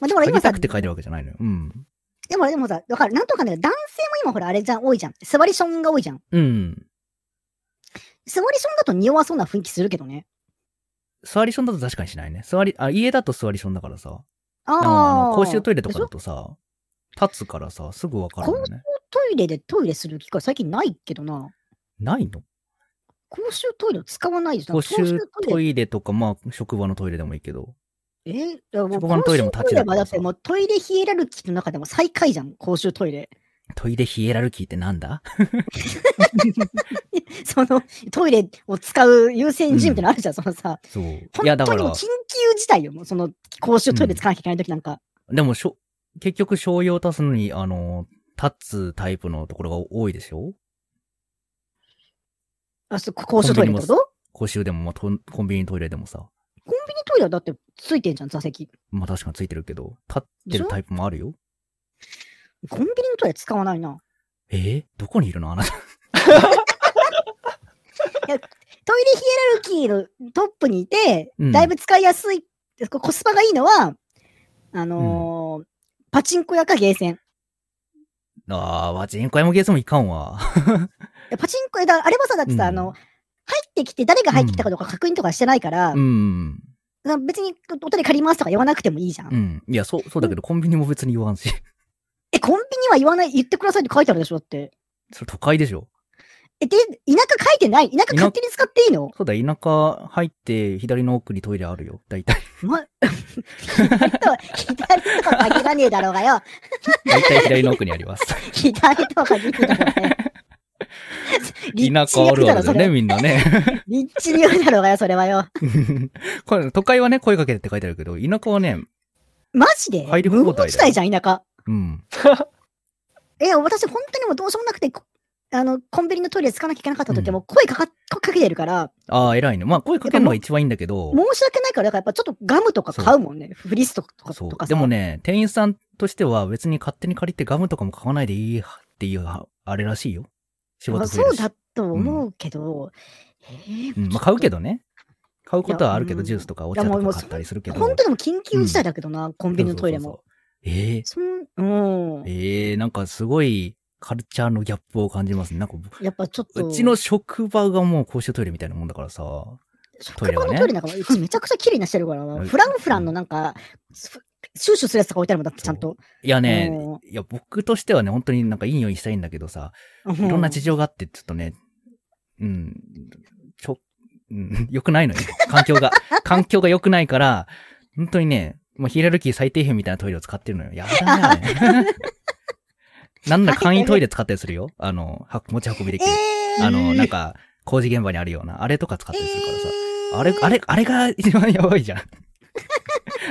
まあ、でもほ
嗅
ら
ぎ
今さ、
たくて嗅いでるわけじゃないのよ。うん。
でもでもさ、だからなんとかね、男性も今ほらあれじゃん、多いじゃん。スワリションが多いじゃん。
うん。
スワリションだと匂わそうな雰囲気するけどね。
座りションだと確かにしないね。座り、あ、家だと座りションだからさ。
あ
あ
あ
の、公衆トイレとか
でし
だ
ょ
とさ、立つからさ、すぐわかるもんね。
トイレでトイレする機会最近ないけどな。
ないの
公衆トイレを使わないじゃん。
公衆ト
イレ。
イレとか、まあ、職場のトイレでもいいけど。
えー、だからもう
職場のトイレも立ちだからさ
公衆トイレはだってもうトイレヒエラルキーの中でも最下位じゃん、公衆トイレ。
トイレヒエラルキーってなんだ
そのトイレを使う優先順位みたいなのあるじゃん、そのさ。
そう。いや、
本
だ
当
か
にもう
ら
緊、急事態よ、もうその公衆トイレ使わなきゃいけない時なんか。
でもしょ、結局、商用足すのに、あの、立つタイプのところが多いでしょ
あ、そう公衆トイレってこと
公衆でも、まあ、とコンビニトイレでもさ。
コンビニトイレはだってついてんじゃん、座席。
まあ、確かについてるけど、立ってるタイプもあるよ。
コンビニのトイレ使わないな。
えーどこにいるのあなた。
トイレヒエラルキーのトップにいて、
うん
だいぶ使いやすい、こコスパがいいのは、あのーパチンコ屋かゲーセン。
ああ、パチンコ屋もゲーセンもいかんわ。
えパチンコ屋だ、あれはさ、だってさ、
うん
あの、入ってきて、誰が入ってきたかとか確認とかしてないから、
うん。
な別にお手で借りますとか言わなくてもいいじゃん。
うん。いや、そう、そうだけど、コンビニも別に言わんし。
え、コンビニは言わない、言ってくださいって書いてあるでしょだって。
それ都会でしょ。
え、で、田舎書いてない田舎勝手に使っていいの
そうだ、田舎入って左の奥にトイレあるよ。大体。
ま、左とは、左とは限らねえだろうがよ。
大体左の奥にあります。
左とは限らねえだろうがよ。
田舎あるあるだよね、
ね。
みんなね。
立地によるだろうがよ、それはよ。
これ、都会はね、声かけてって書いてあるけど、田舎はね、
マジで
入り放題だよ
無法地帯じゃん、田舎。
うん。
え、私本当にもうどうしようもなくて、こあの、コンビニのトイレ使わなきゃいけなかった時
うん
はもう声かか、声かけてるから、
ああ、偉いね。まあ、声かけるのが一番いいんだけど
申、し訳ないから、だからやっぱちょっとガムとか買うもんね。フリスとかとか
そ
と
う。
か
で
さ。
もね、店員さんとしては別に勝手に借りてガムとかも買わないでいいっていう、ああれらしいよ。仕
ま
事増
あ、
え
そ
る
う
し。
だと思うけど、えー
うん、まあ、買うけ
ど。
どね。買うことはあるけ
いやう
ど、
ん
ジュースとかお茶と
いやもうも
か
う
買ったりするけど。
本当でも緊急事態だけどな、コンビニのトイレも。
そうそうそう。ええ
そん、うん。
ええなんかすごいカルチャーのギャップを感じますね。なんか、
やっぱちょっと。
うちの職場がもう公衆トイレみたいなもんだからさ。
職
トイレは
場
ね
のトイレなんか、うちめちゃくちゃ綺麗にしてるからな、
うん
フランフランのなんか、ふシューシュするやつとか置いてあるもんだってちゃんと。
いやね、
も
いや、僕としてはね、本当になんかいい匂いしたいんだけどさ、
う
いろんな事情があって、ちょっとね、うん、ちょ、うん、 良くないのよ。環 境が。環境が良くないから、本当にね、もうヒエラルキー最低限みたいなトイレを使ってるのよ。やだ ね。あれなんだ、簡易トイレ使ったりするよ。あの、は持ち運びでき
え
る。
ー、
あの、なんか、
か、
工事現場にあるような、あれとか使ったりするからさ。あれ、あれ、あれが一番やばいじ ゃん。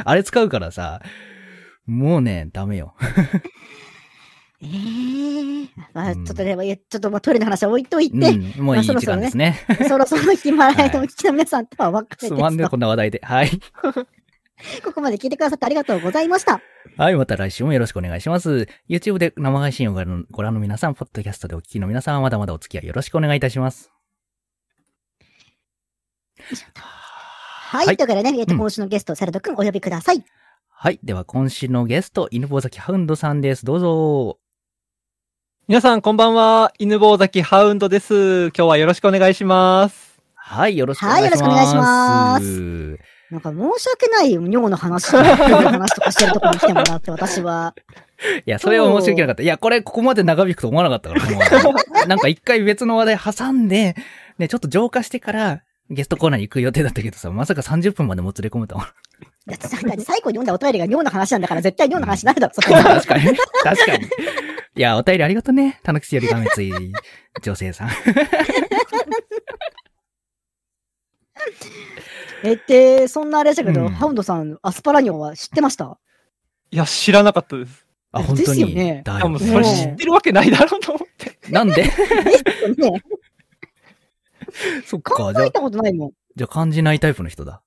あれ使うからさ、もうね、ダメよ。
えー、まあ、
う
ちょ
ん
っとね、まあちょっともうトイレの話は置いとい て、
うん、もういい時間ですね。
そろそろ暇ないと
は
お聞きの皆さんとは分かれ て
すまんね、こんな話題で。はい。
ここまで聞いてくださってありがとうございました。
はい、また来週もよろしくお願いします。YouTube で生配信をご覧ご覧の皆さん、ポッドキャストでお聞きの皆さん、まだまだお付き合いよろしくお願いいたします。
はい、
はい
ということでね、えっと
うん
今週のゲスト、セラド君お呼びください。
はい、では今週のゲスト、犬坊崎ハウンドさんです。どうぞ。
皆さん、こんばんは。犬坊崎ハウンドです。今日はよろしくお願いします。
はい、よろしくお願いします。
はいよろしく
しま
なんか申し訳ないよ、尿 の話とか、尿の話とかしてるところに来てもらって、私は。
す。いや、それは申し訳なかった。いや、これ、ここまで長引くと思わなかったからこの話題、なんか一回別の話題挟んで、ね、ちょっと浄化してから、ゲストコーナーに行く予定だったけどさ、まさか30分までもつれ込むとは
だってさだって最後に読んだお便りが尿の話なんだから、絶対尿の話になるだろ、そこ は。
確かに。確かに。いや、お便りありがとうね。たぬきすよりがめつい女性さん。
えって、そんなあれでしたけ
う
ど、
ん
ハウンドさん、アスパラ尿は知ってました
いや、知らなかったです。
あ、本当
ですよ
に。
ね
だ
い
よ
や、もうそれ知ってるわけないだろうと思って。
なんで
ね
そっか。
考
じゃあ
え、たことないもん。
じゃあ感じないタイプの人だ。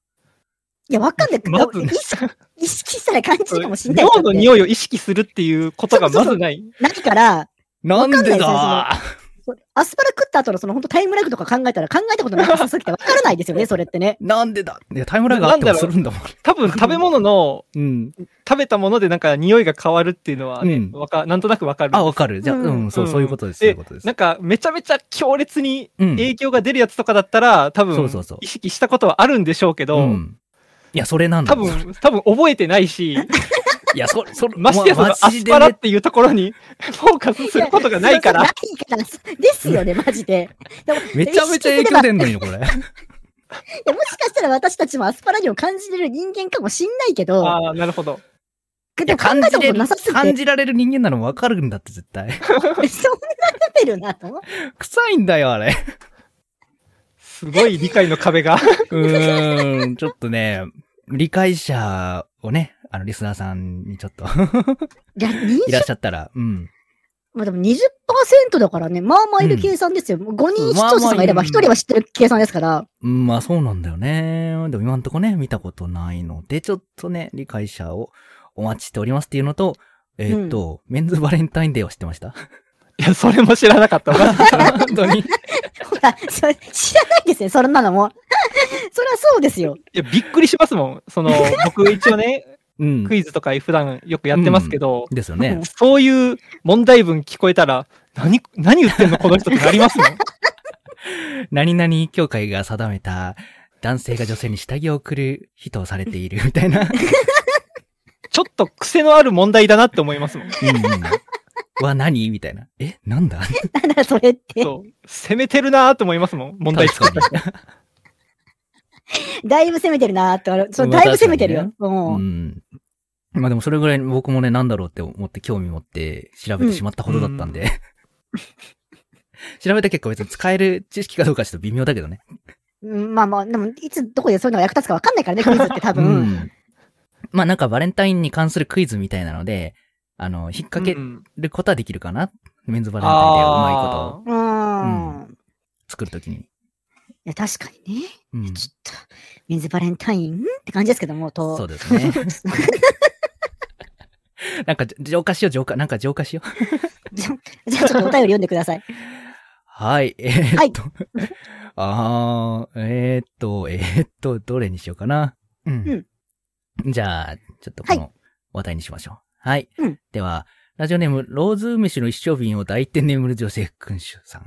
いや、わかんない。
まず
意、識意識したら感じるかもしれない
尿の匂いを意識するっていうことがまずない。
ないから、
なん
わかんな
で
いですよ
だ
アスパラ食った後のその本当タイムラグとか考えたら考えたことなさすぎてわからないですよね、それってね。
なんでだいや、タイムラグあってもするんだもん。
多分、食べ物の、
うん。
食べたものでなんか匂いが変わるっていうのはね、
うん
わか、なんとなくわかる。
あ、わかる。じゃあ、
う
うんん、そう、そういうことです。そういうことです
なん。か、めちゃめちゃ強烈に
うん。
影響が出るやつとかだったら、多
そう
分
そうそう、
意識したことはあるんでしょうけ
う
ど、
ん。いや、それなんだ。
多分、多分覚えてな いし、
いや、そ、そ、
ましてやその
マ
ア
ジ
ス
で
パラ
ね
っていうところにフォーカスすることがないから
や。そうそうないからですよね、マジで。でも
めちゃめちゃ影響出んのよ、これ。
いやもしかしたら私たちもアスパラにを感じれる人間かもしんないけど、
ああ、なるほど。
い
で
や、
も考
感
えた
じ
こ
れ
とな
る
さ す、ぎ
感
て、
じられる人間なのもわかるんだって、絶対。
そんなレベルなの
臭いんだよ、あれ。
すごい理解の壁が。
うーん、ちょっとね、理解者をね、あの、リスナーさんにちょっと
い や、20
いらっしゃったら、うん。
まあでも20%だからね、まあまあいる計算ですよ。5人視聴者さんがいれ
まあま
ば
あい
1
る
人は知ってる計算ですから、
うんまあそうなんだよね。でも今んとこね、見たことないので、ちょっとね、理解者をお待ちしておりますっていうのと、えーっ、と、メンズバレンタインデーは知ってました
いや、それも知らなか ったわ。
本当に。
ほら、それ知らないですね、そんなのも。 そりゃそうですよ。
いや、びっくりしますもん。そ の、僕一応ね、
うん
ク。イズとか普段よくやってますけど、
ですよね。
そういう問題文聞こえたら、何、何言ってんのこの人ってなりますも ん。
何々協会が定めた、男性が女性に下着を送る人をされているみたいな。
ちょっと癖のある問題だなって思いますもん。
うん、うん。は何みたいな。えなんだ
なんだそれって。
そう。攻めてるなーって思いますもん。問題作
確
った
かに。
だいぶ攻めてるなーってあれ、それ
まあ
だいぶ攻めてるよ
確。
うん
うん。まあでもそれぐらい僕もね、なんだろうって思って興味持って調べてしまったほどだったんで。 調べた結果別に使える知識かどうかちょっと微妙だけどね。
うん。まあまあ、でも、いつどこでそういうのが役立つかわかんないからね、クイズって多
う
分。
ん。まあなんかバレンタインに関するクイズみたいなので、あの、引っ掛け
うん
ることはできるかな。メンズバレンタインでうまいこと
あ
を
うー。
うん
い
作るときに。
や、確かにね。
うん。
ちょっと、メンズバレンタインって感じですけども、と。
そうです ね。なんか浄化しよう、浄化。なんか浄化しよう。
じゃあじゃあちょっとお便り読んでください。
はい、えーっと、 あー、えーっと、えーっと、どれにしようかな。うん。じゃあ、ちょっとこの話題にしましょう。はい。
うん
では、ラジオネーム、ローズ梅酒の一生瓶を抱いて眠る女性君主さん。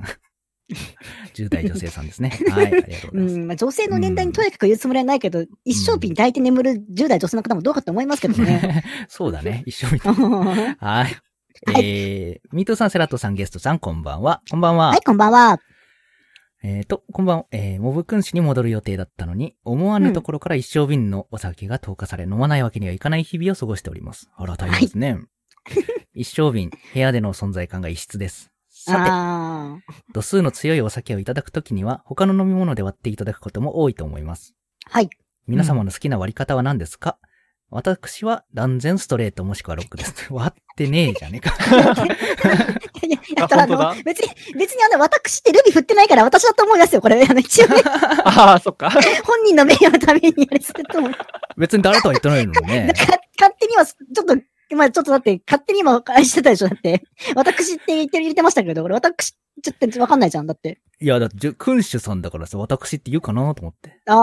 10代女性さんです ね。はい、ありがとうござ
う
います。
ん、まあ、女性の年代にとやかく言うつもりはないけど、一生瓶抱いて眠る10代女性の方もどうかと思いますけどね。
そうだね、一緒みたい。
は
はい。えー、ミートさん、セラトさん、ゲストさん、こんばんは。こんばんは。
い、こんばんは。
えーと、こんばんは、えー、モブ君子に戻る予定だったのに、思わぬところから一生瓶のお酒が投下され、飲まないわけにはいかない日々を過ごしております。あら、大変ですね。一生瓶、部屋での存在感が異質 です。さて、
あー
度数の強いお酒をいただくときには、他の飲み物で割っていただくことも多いと思います。
はい。
皆様の好きな割り方は何ですか、私は断然ストレートもしくはロック です。割ってねえじゃねえか。
いややったらあ
あ
の
本当、
別に、別にあの、私ってルビ振ってないから私だと思いますよ、これ。あの、一 応ね、
ああ、そっか。
本人の名誉のためにあれすると思う。
別に誰とは言ってないのにね。
か勝手には、ちょっと、まあちょっとだって、勝手に今、返してたでしょ、だって。私って言ってる、入れてましたけど、これ、私、ちょっとわかんないじゃん、だって。
いや、だってじゅ、君主さんだからさ、私って言うかなと思って。
あ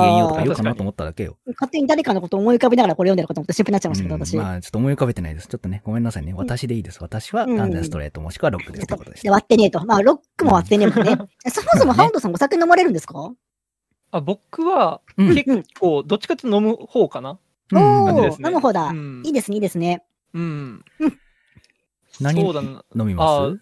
ごきげんよう
あ
とか
ー
言うかなと思っただけよ。
勝手に誰かのことを思い浮かべながらこれ読んでるかと思って心配になっちゃいましたけど、
うん
私。
まあ、ちょっと思い浮かべてないです。ちょっとね、ごめんなさいね。私でいいです。私は
うん
断然ストレートもしくはロックです。ということでし
で
た。
割ってねえと。まあ、ロックも割ってねえもん ね。そもそもハウンドさんお酒飲まれるんですか
あ僕は
うん
結構、どっちかっていうと飲む方かな。
うん
お
感じです
ー、
ね
飲む方
う
だ。
ん
いい。ですね、いいですね。
うん。
何
そうだな。
飲み
あ
ます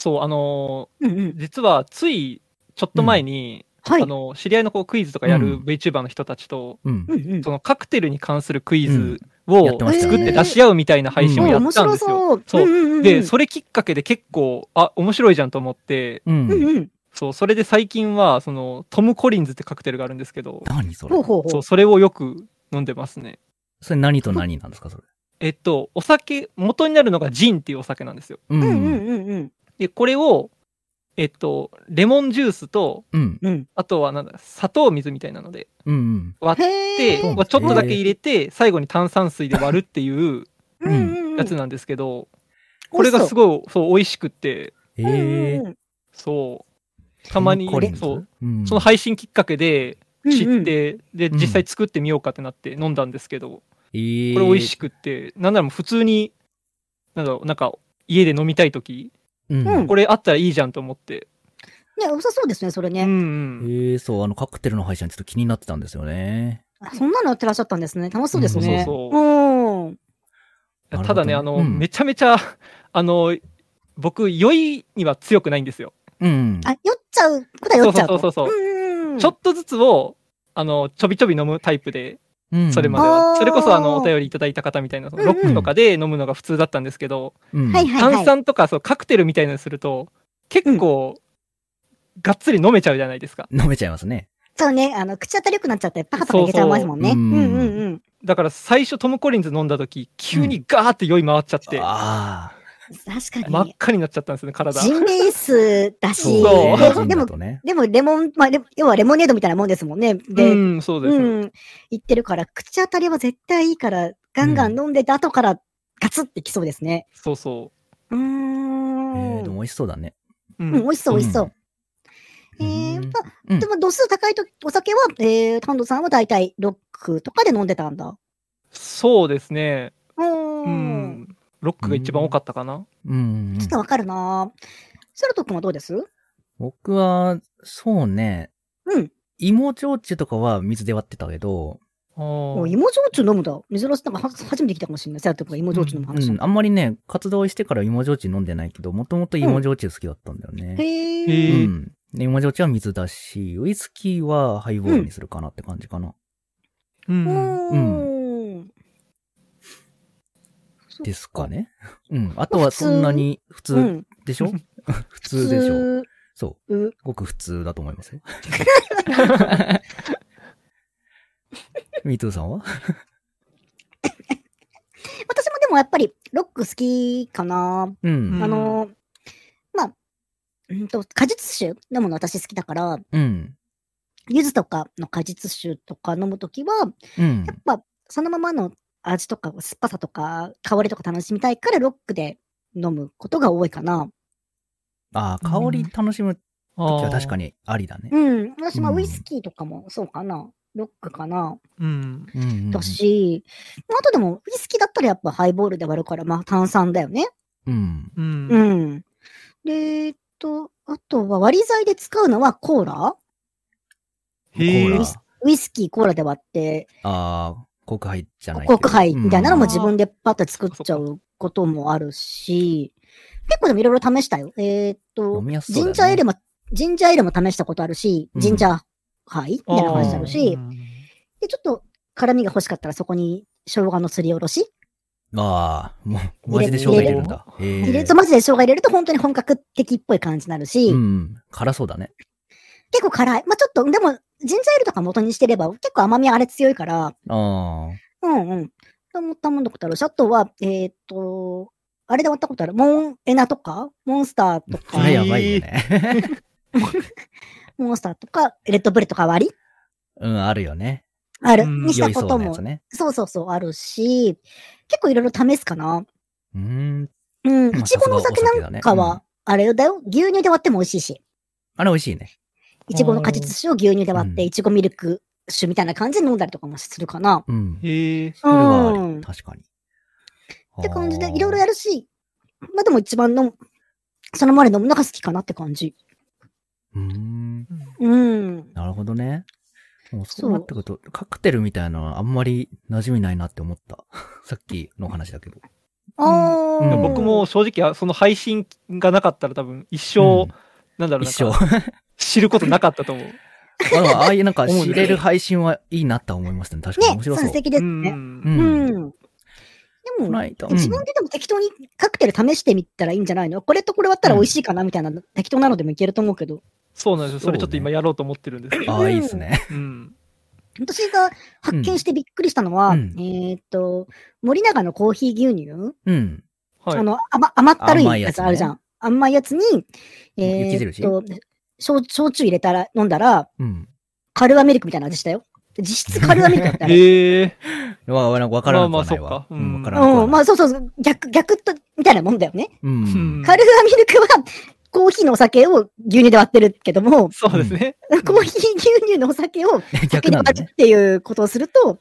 そう、あの
うんう
ー
ん。
実はついちょっと前に、
はい。
あ
う
の知り合いのこうクイズとかや
う
る
ん
VTuber の人たちと、
うん。
んうん
そ。のカクテルに関するクイ
うん
ズ
やっ
を
てましたね
作って出し合うみたいな配信
お
をや
ー
っ
面
たん
白
ですよ。
そう。
そうん
んんん
で、それきっかけで結構、あ、面白いじゃんと思って、
う
うん
ん。
うん。
そう、それで最近は、その、トム・コリンズってカクテルがあるんですけど、
何それ
ほうほう
そ
ほう
う、。それをよく飲んでますね。
それ何と何なんですかそれ。
えっと、お酒、元になるのがジンっていうお酒なんですよ。
う
うん
ん。う。
うんんうんうん。
で、これを、えっと、レモンジュースと、
うん。
うん。
あとはなんだ、砂糖水みたいなので
うん。
割っ
へ
て、
ー
まあちょっとだけ入れて、最後に炭酸水で割るっていう
うん
うん
やつなんですけど、これがす
い。
ごい、そう、美味しくって、
うんうん
ええ。
そう、たまに
コリン、ズ
そう、。
うん
その配信きっかけで
うん
知って、
うん
で、
うん
実際作ってみようかってなって飲んだんですけど、こ
え
れ
ー
美味しくって、なんならもう普通に、なんだろう、なんか、家で飲みたいとき、
うん
うん
これあったらいいじゃんと思って。
ね、良さそうですね、それ
うんう
ね。
ん。
ええそう、あの、カクテルの配信ちょっと気になってたんですよね。
あそんなのやってらっしゃったんですね。楽しそうですね。
うんそう
う
そ
ん。
なるほど
ただね、あの、
うん
めちゃめちゃ、あの、僕、酔いには強くないんですよ。
うん。
あ、酔っちゃうことは酔っちゃうと。
そうそうそうそう
うんうん。
ちょっとずつを、あの、ちょびちょび飲むタイプで、
うん
それまでは。
あー
それこそ、あの、お便りいただいた方みたいな、その
うんう
ロ
ん
ックとかで飲むのが普通だったんですけど、
うん
はいはいは
炭
い。
酸とか、そう、カクテルみたいなのすると、結構、がっつり飲めちゃうじゃないですか。
飲めちゃいますね。
そうね、あの、口当たり良くなっちゃって、パカパカいけちゃいますもんね。う
そうそうん
うんうん。
だから、最初、トム・コリンズ飲んだ時、急にガーって酔い回っちゃって、
ああ。
確か
真っ
に。
赤になっちゃったんですね、体。
ジンベースだし、
そう
ねジン
で
だ
も、
とね。
でもレモン、まあ、レ要はレモネードみたいなもんですもんね。で、う
う
ん、
ん、そうです。
言ってるから、口当たりは絶対いいから、ガンガン飲んで、後からガツってきそうですね。
そうそう
ー
え
ん。
ーでも美味しそうだね。
う。う
うん、美
ん、
味しそう、美味しそう。
うん
えー
うん
まあ
うん
でも度数高いとお酒は、えー、タンドさんは大体ロックとかで飲んでたんだ。
そうですね。
う
う
ーん。
ん。ロックが一番多かったかな。
うんうん
ちょっとわかるなぁセルト君はどうです
僕は、そうね。
うん。
芋焼酎とかは水で割ってたけど、
あ
もう
ー
芋焼酎飲むだ。珍しい。なんかは初めて聞いたかもしれない。セラト君が芋焼酎飲む
う
話。
ん、あんまりね、活動してから芋焼酎飲んでないけど、もともと芋焼酎好きだったんだよね。う
へえ。
へー
ん。で芋焼酎は水だし、ウイスキーはハイボールにするかなって感じかな。
う。
うんーん。
ですかね。うん。あとはそんなに普
う
通
ん。
でしょ、 普
普
通でしょ
通
そう。
う
ごく普通だと思い ますよ。ミートゥーさんは
私もでもやっぱりロック好きかなぁ
う
うん
ん。
あのー、まあ、うんと、果実酒飲むの私好きだから、
うん。
柚子とかの果実酒とか飲むときは、
うん
やっ。ぱそのままの味とか酸っぱさとか香りとか楽しみたいからロックで飲むことが多いかな。
ああ、香り楽しむ
あ
と
ー
きは確か。にありだね。
うん。私まあ
うん
ウイスキーとかもそうかな。ロックかな。
うん。
うんうんうん。
だし、まああとでもウイスキーだったらやっぱハイボールで割るから、まあ炭酸だよね。
うん。
うん
う。ん。で、と、あとは割り剤で使うのはコーラ
コ
へ
ー
ー
ラ。
ウイスキー、コーラで割って、
ああ、国杯じゃないけど
国杯みたいなのも自分でパッと作っちゃ
あ
うこともあるし、結構でもいろいろ試したよ。えー
う
っ
ん
と、
飲みやすそ
ジ
うだ、ね。
ンジャーエールも、ジンジャーエールも試したことあるし、
うん
ジンジャー杯みたいなのも試した
る
し
う、ん
で、ちょっと辛味が欲しかったらそこに生姜のすりおろし
ああ、もう、マジで生姜入れるんだ。ええ
入れるとマジで生姜入れると本当に本格的っぽい感じになるし、
うん。辛そうだね。
結構辛い。まあ、ちょっと、でも、ジンジャーエールとか元にしてれば結構甘みあれ強いから、
ああ。
うんうん。と思ったもんだことあるし、あとは、えーっ、と、あれで終わったことある。モンエナとか、モンスターと
それは
か、
やばいよね。
モンスターとか、レッドブルとか割り
うん、あるよね。
ある。
うん
にし
酔
た
い
こ
そう
と
なや
も
つ、ね。
そうそうそう、あるし、結構いろいろ試すかな。
うーん。
うん。
まあ
いちごのお酒
さすがお酒だ
な
ね
んか
うん
は、あれだよ、牛乳で割っても美味しいし。
あれ美味しいね。
いちごの果実酒を牛乳で割っ
う
て、
ん
いちごミルク酒みたいな感じで飲んだりとかもするかな。
うん。
へえ。
それはある。
うん
確かに。
って感じで
あ、ー
いろいろやるし、まあでも一番飲む、そのまで飲むのが好きかなって感じ。
うーん。
うん。
なるほどね。もうそ
そうう
なってくると、カクテルみたいなのはあんまり馴染みないなって思った。 さっきの話だけど。
あ
うん
あ。
僕も正直、その配信がなかったら多分一
うん
生、なんだろう、
一
な
生
ん。か知ることなかったと思う。
あのああいうなんか知れる配信はいいなとは思いましたね。確かに
ね、
面
そ
白
う
そう。
素 敵です
う
ね。
うん。
うんん。で
この
も、
間
自分ででも適当にカクテル試してみたらいいんじゃないのこれとこれ割ったら美味しいかなみたいな、適当なのでもいけると思うけど。
そうなんですよ。
そう
そ
ね
れちょっと今やろうと思ってるんですけ
うん
ど。
ああ、いいですね。
うん。
私が発見してびっくりしたのは、
うん
えーっと、森永のコーヒー牛乳、
うん。
はい
あ。の甘、甘ったる
甘い
い
やつ
や
ね
つあるじゃん。甘いやつに、え
雪
ーっ
印
と、焼焼酎入れたら、飲んだら、
うん。
カルアミルクみたいな味したよ。実質カルアミルクだったよ。
へえ。
わ、わわからんくはない
まあまあ
わ。
そっかう
わ
ん
からんくはな
う
い
ん、まあそうそうそう、逆、逆と、みたいなもんだよね。
うん
うん
カルアミルクは、コーヒーのお酒を牛乳で割ってるけども、
そうですね。
コーヒー牛乳のお酒を
逆
酒で
なんだ
割る
ね
っ。ていうことをすると、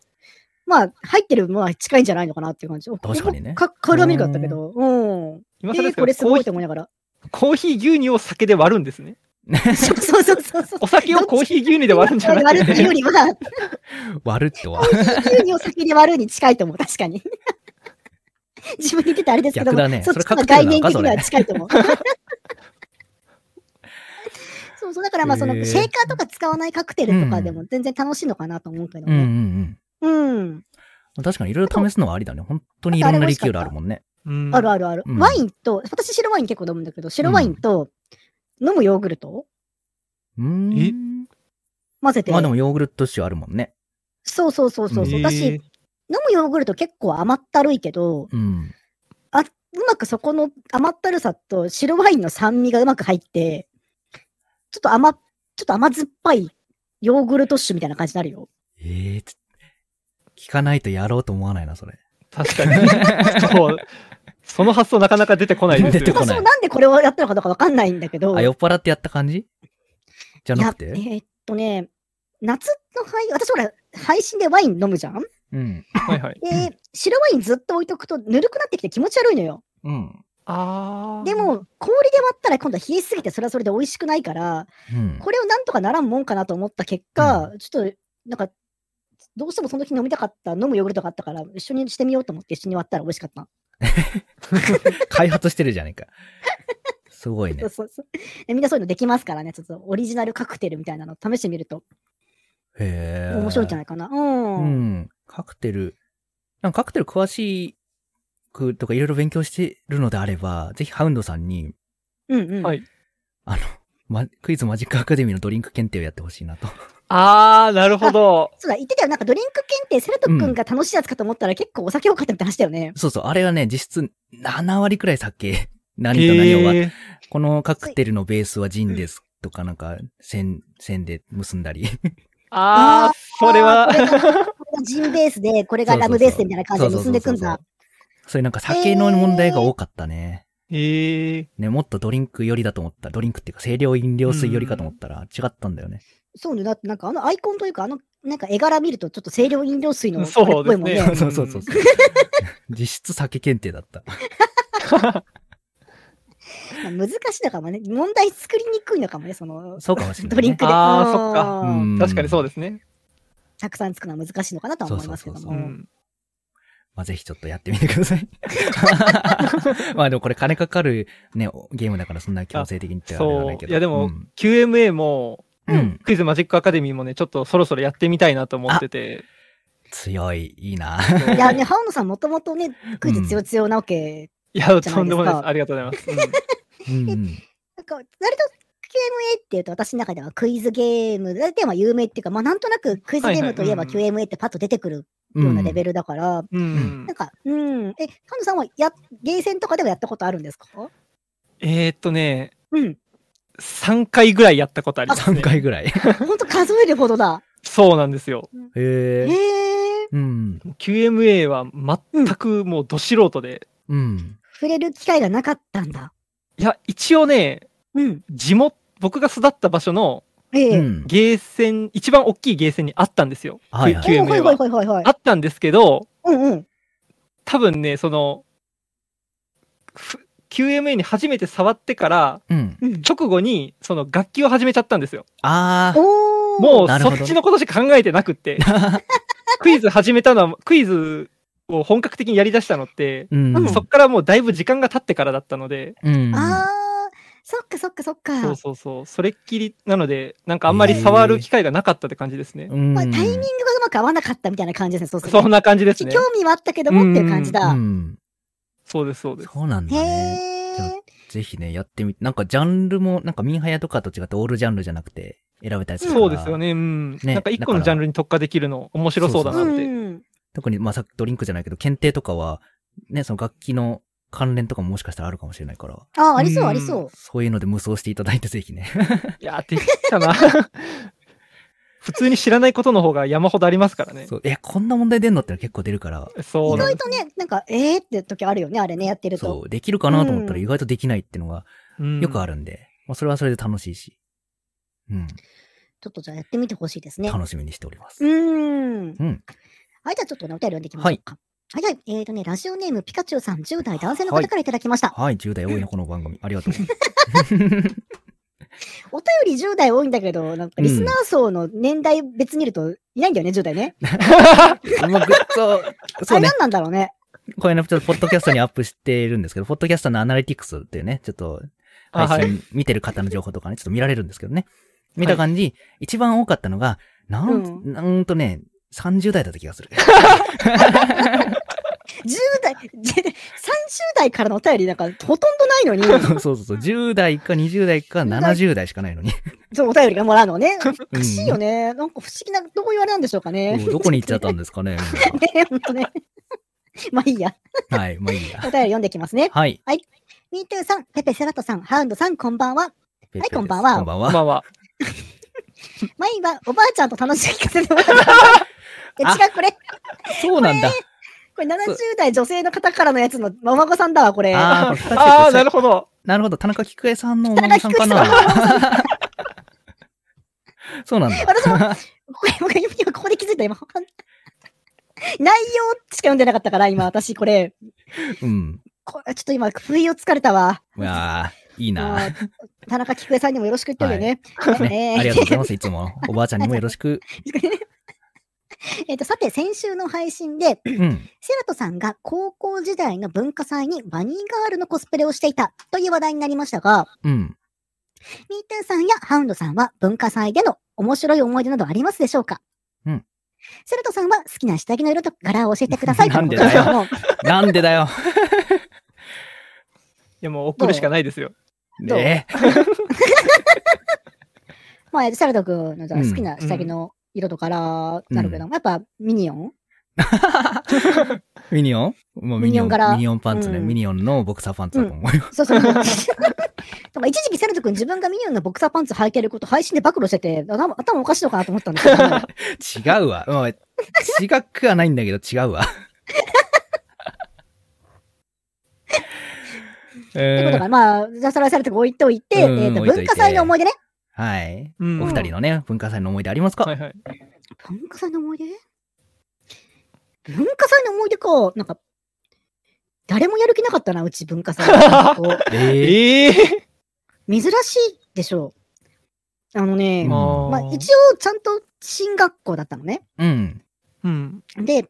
まあ、入ってるものは近いんじゃないのかなっていう感じ。
確かにね
かカルアミルクだったけど、うん。
今
えー、
更ですけど
これすご
コ
い
ーヒ
と
ー
思いながら。
コーヒー牛乳を酒で割るんですね。
そうそうそうそうそう。
お酒をコーヒー牛乳で割るんじゃな
割る
く
っていうよ
て。
りは、
割るっては。
牛乳を先に割るに近いと思う、確 かに。自分で言っててあれですけども、
逆だね
そっち
それ
の
カクテル
概
なの
念
か
的には近い と思う。そうそう、だからまあその、
へー
シェイカーとか使わないカクテルとかでも全然楽しいのかなと思うけど
うんうんうん。
ね。うん。
確かにいろいろ試すのはありだね。本当にいろんなリキュールあるもんね。
うん
あるあるある。
うん
ワインと、私白ワイン結構飲むんだけど、白ワインと、飲むヨーグルトを
うーん。
混ぜて。
まあでもヨーグルト酒あるもんね。
そうそうそうそうそう。
うん
だし、飲
へ
むヨーグルト結構甘ったるいけど、
うん。
あ、うまくそこの甘ったるさと白ワインの酸味がうまく入って、ちょっと甘、ちょっと甘酸っぱいヨーグルト酒みたいな感じになるよ。
ええつ聞かないとやろうと思わないな、それ。
ー確かに。そう。その発想なかなか出てこないです
出て
よ
こない
私もなんでこれをやったのかどうかわかんないんだけど。
あ、酔っ払ってやった感じじゃなく
いや
て
えーっとね、夏の配、私ほら、配信でワイン飲むじゃん
うん。
はいはい。
で、白ワインずっと置いとくとぬるくなってきて気持ち悪いのよ。
うん。
ああ。
で、も、氷で割ったら今度は冷えすぎてそれはそれで美味しくないから、
うん。
これをなんとかならんもんかなと思った結果、ちょっと、なんか、どうしてもその日飲みたかった、飲むヨーグルトがあったから、一緒にしてみようと思って一緒に割ったら美味しかった。
開発してるじゃないか。すごいね
そう。そうそうでみんなそういうのできますからね、ちょっとオリジナルカクテルみたいなの試してみると
へえ。
面白いんじゃ
ない
ないかな。うん。
うん。カクテル。なんかカクテル詳しくとかいろいろ勉強してるのであれば、ぜひハウンドさんに、
うんうん。
はい
あの、ま、クイズマジックアカデミーのドリンク検定をやってほしいなと。
ああ、なるほど。
そうだ、言ってたよ。なんかドリンク検定、セラト君が楽しいやつかと思ったら結構お酒多かったみたいな話だよね。
そうそう、あれはね、実質7割くらい 酒。何と何を割っ
へえ。
このカクテルのベースはジンですとか、なんか、線、線で結んだり。
ああ、それは
こ。れがこれがジンベースで、これがラムベースでみたいな感じで結んでいくんだ
そうそうそう。そう。そういうなんか酒の問題が多かったね。
へえ。
ね、もっとドリンク寄りだと思った。ドリンクっていうか、清涼飲料水寄りかと思ったら、違ったんだよね。
そうね、だってなんかあのアイコンというか、あの、なんか絵柄見るとちょっと清涼飲料水のあれ
そ
っ
う
ぽ
で
い
す
もん
ね。
ね。
そうそうそうそう。実質酒検定だった。
まあ難しいのかもね。問題作りにくいのかもね、その、
そうかもしれない、ね。
ドリンクで。
あ
うん
ーそっか
うん
確かにそうですね。
たくさん作るのは難しいのかなとは思いますけど
そうう
も。
ん。
まあ、ぜひちょっとやってみてくださ い。まあでもこれ金かかるね、ゲームだからそんな強制的にってあれはないけど。
そういやでも
うん。
QMA も、
うん
クイズマジックアカデミーもね、ちょっとそろそろやってみたいなと思ってて。
強い、い い な。
そう
いやね、ハオノさんもともとね、クイズ強強なわけ。
いや、とんでもないです。ありがとうございます。うん
うん。
なんか、割と QMA っていうと私の中ではクイズゲームでは有名っていうか、まあなんとなくクイズゲームといえば
はいはい
QMA ってパッと出てくるようなレベ
ル。
ルだから、
うん
なんか、うん。え、ハオノさんはや、ゲーセンとかではやったことあるんですか
えーっとね、
うん。
3回ぐらいやったことあります、ね。
3回ぐらい。へ
ほんと数えるほどだ。
そうなんですよ。
へ
え。
え。
うん。
QMA は全くもうど素人で。
うん。
触れる機会がなかったんだ。
いや、一応ね、
うん。
地元、僕が育った場所の
ええ。
うん
ゲーセン、一番大きいゲーセンにあったんですよ。
はいはい
Q-
おはい
QMA
は。
はい
はいはいはい
あ。ったんですけど、
うんうん。
多分ね、その、ふ QMA に初めて触ってから、
うん。
うん、
直後に、その楽器を始めちゃったんですよ。
あー。
おー
もう、
なるほ
そ
ど
っちのことしか考えてなく って、クイズ始めたのは、クイズを本格的にやり出したのって、
うん。
うん
そっからもうだいぶ時間が経ってからだったので、
うん。
あー、そっかそっかそっか。
そうそうそう、それっきりなので、なんかあんまり触る機会がなかったって感じですね。
うん。
まあ、タイミングがうまく合わなかったみたいな感じですね。そうすると
そんな感じですね
興。味はあったけどもっていう感じだ。
うん。
そうです、そうです。
そうなんだね。
へ
じゃ
ー。
ぜひね、やってみて。なんかジャンルも、なんかミンハヤとかと違ってオールジャンルじゃなくて選べたりするから。
そうですよね。うん。
ね
なんか一個のジャンルに特化できるの面白そうだなって。
うん。
特に、まあ、さっきドリンクじゃないけど、検定とかは、ね、その楽器の関連とかももしかしたらあるかもしれないから、
あー、ありそう
うん
ありそう。
そういうので無双していただいてぜひね。
いやー、できたな。 普通に知らないことの方が山ほどありますからね。
そう、え、こんな問題出んのっての結構出るから、
そ
意
うなん
外
です
とね、なんか、えーって時あるよね、あれね、やってると。
そう、できるかなと思った
う
ら
ん
意外とできないっていうのが
うん
よくあるんで、まあ、それはそれで楽しいし、うん、
ちょっとじゃあやってみてほしいですね。
楽しみにしております
う。ーん。
うん。
はい、じゃあちょっとね、お便り読んでいきましょうか。はい、はい、えーとね、ラジオネームピカチュウさん、10代男性の方からいただきました。
はい、10代多いな、この番組。ありが とう。
お便り10代多いんだけど、なんかリスナー層の年代別見るといないんだよね、10代ね。
もうぐそう、そう
あれ
ね。
何なんだろうね。
これね、ちょっとポッドキャストにアップしているんですけど、ポッドキャストのアナリティクスっていうね、ちょっと
あは
配
い。
信見てる方の情報とかね、ちょっと見られるんですけどね。見た感じ、一番多かったのが、なん、
うん
なんとね、30代だった気が する。
10代、30代からのお便りなんかほとんどない のに、
そうそうそう、10代か20代か70代しかないのに。
そのお便りがもらうのね。お
うん
かしいよね。なんか不思議な、どういうあれなんでしょうかね。
もうどこに行っちゃったんですかね。みん
ね、ほんとね。まあいいや。
なはい、まあいいや
お。便り読んでいきますね。
はい。
ミートゥーさん、ペペセラトさん、ハウンドさん、こんばんは。
ペッペです
こんばんは
こんばん
ま
は。
あまあ。
毎晩、おばあちゃんと楽しく聞かせても らってます。いや違う、これ、こ
そうなんだ。
れ70代女性の方からのやつのお孫さんだわ、これ。
あーこれ
ああ、なるほど。
なるほど。田中菊江さんのお孫さんか
田
な。 そうなんだ。
私も、これ、僕今、ここで気づいた、今。内容しか読んでなかったから、今、私、これ、
うん。
こちょっと今、不意をつかれたわ。
うわあ、いい
も
な。
う田中菊江さんにもよろしく言っておよね。
ね、ありがとうございます、いつも。おばあちゃんにもよろしく。
えっと、さて、先週の配信で、
うん。
セラトさんが高校時代の文化祭にバニーガールのコスプレをしていたという話題になりましたが、
うん。
ミートゥーさんやハウンドさんは文化祭での面白い思い出などありますでしょうか
うん。
セラトさんは好きな下着の色と柄を教えてください。
なんで
とのことすけども
なんでだよ。
いや、もう送るしかないですよ。
どう
ねえ。
まあ、セラト君のじゃあ
うん
好きな下着の色と柄なるけども、やっぱミニオン
ミニオンもう
ミニオン柄
ミニオンパンツね。
うん
ミニオンのボクサーパンツだと思うよ。
そう そう。でも一時期セラト君自分がミニオンのボクサーパンツ履いてること配信で暴露してて、頭頭おかしいのかなと思った んですけど、
違うわ。まあ違くはないんだけど違う わ。
ってこと
えー
が、まあ、じゃあそれはされて置いといて、
うん
えーと
置いといて
文化祭の思い出ね。
はい。
うん
お二人のね、文化祭の思い出あります
は
か
いはい。
文化祭の思い出文化祭の思い出か。なんか、誰もやる気なかったな、うち文化 祭。なんかこう
ええ
ええ
珍しいでしょう。あのね、
まあ
まあ、一応ちゃんと進学校だったのね。
うん。
うん。
で、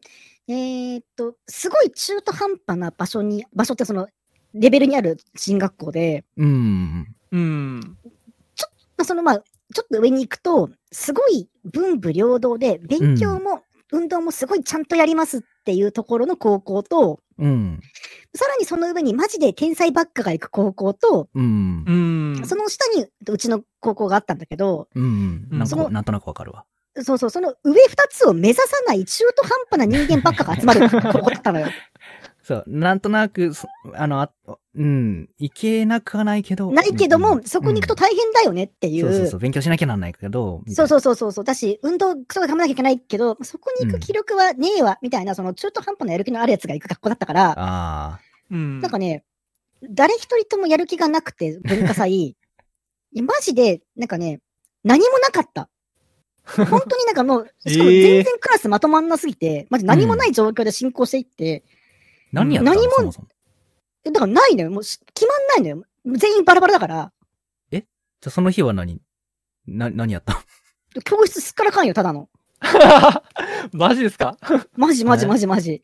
えーっと、すごい中途半端な場所に、場所ってその、レベルにある進学校で、
うん。
うん。
まあ、そのまあ、ちょっと上に行くと、すごい文武両道で、勉強も、運動もすごいちゃんとやりますっていうところの高校と、
うん。
さらにその上にマジで天才ばっかが行く高校と、
うん
う。ん。
その下にうちの高校があったんだけど、
うん。なん
そ
か、
の
なんとなくわかるわ。
そうそう、その上二つを目指さない中途半端な人間ばっかが集まる高校だったのよ。
そう。なんとなく、そあの、あうん。いけなくはないけど。
ないけ ど
う
も
ん、
そこに行くと大変だよねっていう。
そうそうそう。勉強しなきゃなんないけど。みた
そ
いうな
そうそうそうそう。だし、運動クソが頑張らなきゃいけないけど、そこに行く気力はねえわ、みたいな、その中途半端なやる気のあるやつが行く学校だったから、
ああ。
うん。
なんかね、誰一人ともやる気がなくて、文 化祭。いやマジで、なんかね、何もなかった。本当になんかも う、しかも全然クラスまとまんなすぎて、マジ何もない状況で進行していって、
何やったの
何も
そもそも。
えだからないのよ。もうし決まんないのよ。全員バラバラだから、
じゃあ、その日は何な、何やった の
教室すっからかんよ、ただの。
マジですか
マジマジ
え
マジマジ。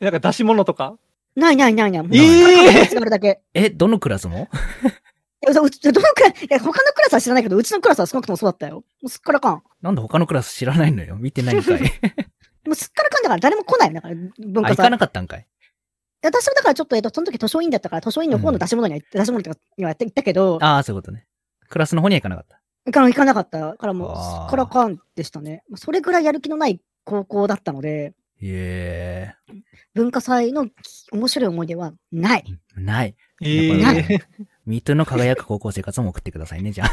なんか出し物とか
ないないないない。もう
え
ー
教室があるだけ。
え、どのクラスも
え、そううちどのクラいや、他のクラスは知らないけど、うちのクラスは少なくともそうだったよ。もうすっからかん。
なんで他のクラス知らないのよ見てないん かい
もうすっからかんだから誰も来ないのだから、文
あ、
化
行
祭
か。なかったんかい
私もだからちょっと、えっと、その時図書委員だったから、図書委員の方の出し物には、出し物とかにはやって行ったけど、
ああ、そういうことね。クラスの方には行かなかった。
行かな行かなかったからもう、す
あー
っからかんでしたね。まあそれぐらいやる気のない高校だったので、
え
文化祭の面白い思い出はない。
えない。
え
やっぱ
え
ねミートの輝く高校生活も送ってくださいね、じゃあ。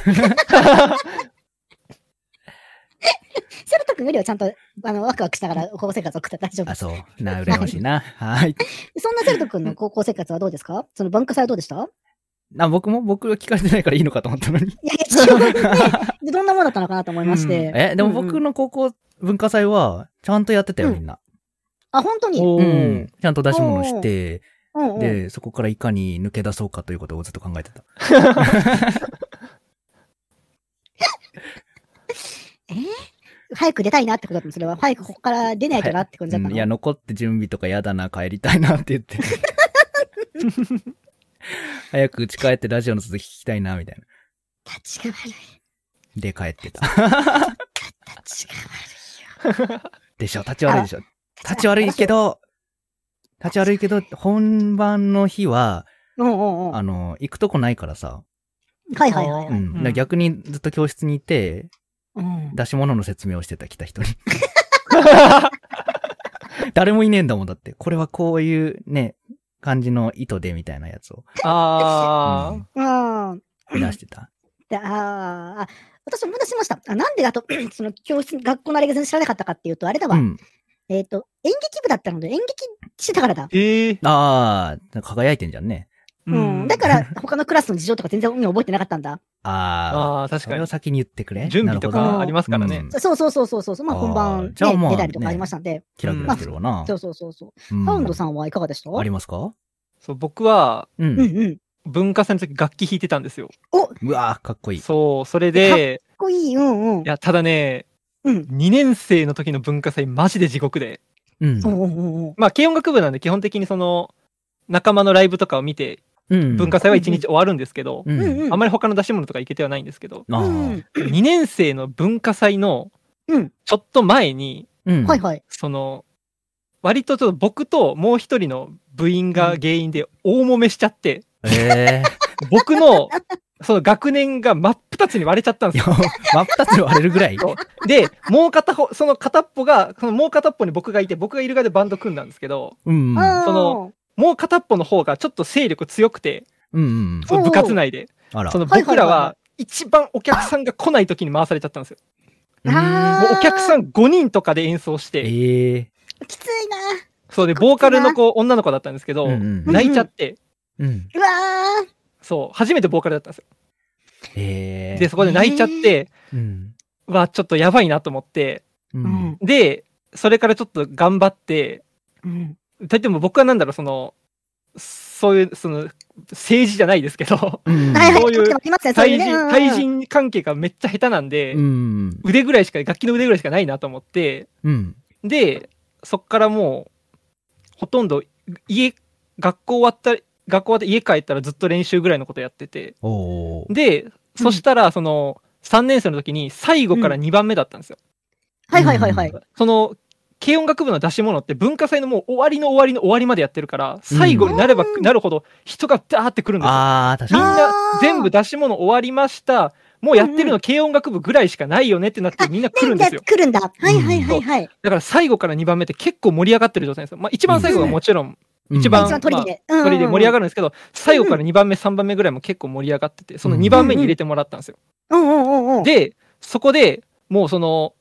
セロト君よりはちゃんと、あの、ワクワクしながら高校生活を送ったら大丈夫
あ、。そう。な、羨ましいな。はい。
そんなセロト君の高校生活はどうですかその文化祭はどうでした
な、僕も、僕は聞かれてないからいいのかと思ったのに。
い や、一応ね、でどんなものだったのかなと思いまして。
え、でも僕の高校文化祭は、ちゃんとやってたよ、
うん
みんな。
あ、本当に。
お
う
ー
ん。ちゃんと出し物して、
うんうん。
で、そこからいかに抜け出そうかということをずっと考えてた。
早く出たいなってことだったのそれは。早くここから出ないとなって感じだった
うん
の。
いや、残って準備とかやだな、帰りたいなって言 って。早く家帰ってラジオの続き聞きたいな、みたいな。
立ちが悪い。
で、帰ってた。
立ちが悪いよ。
でしょ、立ち悪いでしょ。立ち悪いけ
ど。
ど、立ち悪いけど、本番の日は、
うんうんうん。は
あの、行くとこないからさ、
いはいはいは
う
い。
ん。だ
うん
から逆にずっと教室にいて、
うん
出し物の説明をしてた、来た人に。 誰もいねえんだもん、だって。これはこういうね、感じの糸で、みたいなやつを、
あ
うん。
あ。
うん出してた。
で、あーあ、私思い出しました。あなんであと、 その教室、学校のあれが全然知らなかったかっていうと、あれだ
う
わ。
ん。
えっと、演劇部だったので、演劇してたからだ。
ええ。
ああ、輝いてんじゃんね。
うん。だから、他のクラスの事情とか全然覚えてなかったんだ。
ああ、
ああ、確
そ
か
れ
に
を。先に言ってくれ。
準備と
なるほ
か
ど
ありますから
う
ね
ん。
そうそうそうそうそう。まあ
あー
本番、ね
じゃあまあ
出たりとかありましたんで。
キラキラしてるわな。
そうそうそうそう。
うん
パウンドさんはいかがでした
ありますか
そう、僕は
う
うん
ん。
うん。
文化祭の時楽器弾いてたんですよ。
うわーかっこいい。
そう、それで、
かっこいい、うんうん
い。や、ただね、
うん。
2年生の時の文化祭マジで地獄で。
うん
う。んうんうん。
まあ、軽音楽部なんで基本的にその、仲間のライブとかを見て、
うん。
文化祭は1日終わるんですけど、
う
うん
ん。
うん。
あまり他の出し物とか行けてはないんですけど、
ああ。
うん
2年生の文化祭の
うん。
ちょっと前に、
うん。
はいはい。
その、割とちょっと僕ともう一人の部員が原因で大揉めしちゃって、
ええ。
僕の、その学年が真っ二つに割れちゃったん
い
です
や
よ。
真っ二つに割れるぐらい。
そうで、もう片方、その片っぽが、そのもう片っぽに僕がいて、僕がいる側でバンド組んだんですけど、
うん。うん
あー
その、もう片っぽの方がちょっと勢力強くて、
うん。
その部活内で。
あら。
その
はいは
僕
いはい
らは一番お客さんが来ない時に回されちゃったんですよ。
あ
もうお客さ
ん。
ん5人とかで演奏して、
ええ。
きついな。
そうで、ボーカルの子、女の子だったんですけど、
うんうん
泣いちゃって、
うん。
うわ
そう、初めてボーカルだったんですよ。
ええ。
で、そこで泣いちゃって、
うん。
わ、ちょっとやばいなと思って、
う
ー。
ん。。
で、それからちょっと頑張って、
うん。
といっても僕はなんだろう、その、そういう、その、政治じゃないですけど、
うん
はいはい、
そういう
ありますね、そうい
対
うね。うんう
人、
ん
対人関係がめっちゃ下手なんで、
うん。
腕ぐらいしか、楽器の腕ぐらいしかないなと思って、
うん。
で、そっからもう、ほとんど、家、学校終わった、学校終わって家帰ったらずっと練習ぐらいのことやってて、
おー。
で、そしたら、その、3年生の時に最後から2番目だったんですよ。
はいはいはいはい。
その、軽音楽部の出し物って文化祭のもう終わりの終わりの終わりまでやってるから、最後になればなるほど人がダーってくるんですよ。
あー、確
みん
か
あ
に。
な全部出し物終わりました。もうやってるの軽音楽部ぐらいしかないよねってなってみんな来る んですよ。
来るんだ。はいはいはいはい。
だから最後から2番目って結構盛り上がってる状態なんですよ。まあ一番最後はもちろん一
一
番
番取りで。
それで盛り上
が
がるんですけど、最後から2番目、3番目ぐらいも結構盛り上がってて、その2番目に入れてもらったんですよ。
る。うんうんうんうん。
で、そこでもうその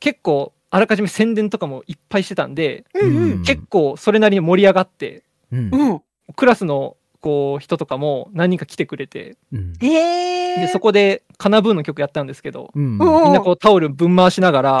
結構あらかじめ宣伝とかもいっぱいしてたんで、
うんう
うん
ん。
結構それなりに盛り上がって、
うん。
うん。
クラスのこう人とかも何人か来てくれて、
うん。
へー。
でそこでカナブーの曲やったんですけど、
うん。
うん
みんなこうタオルぶん回しながら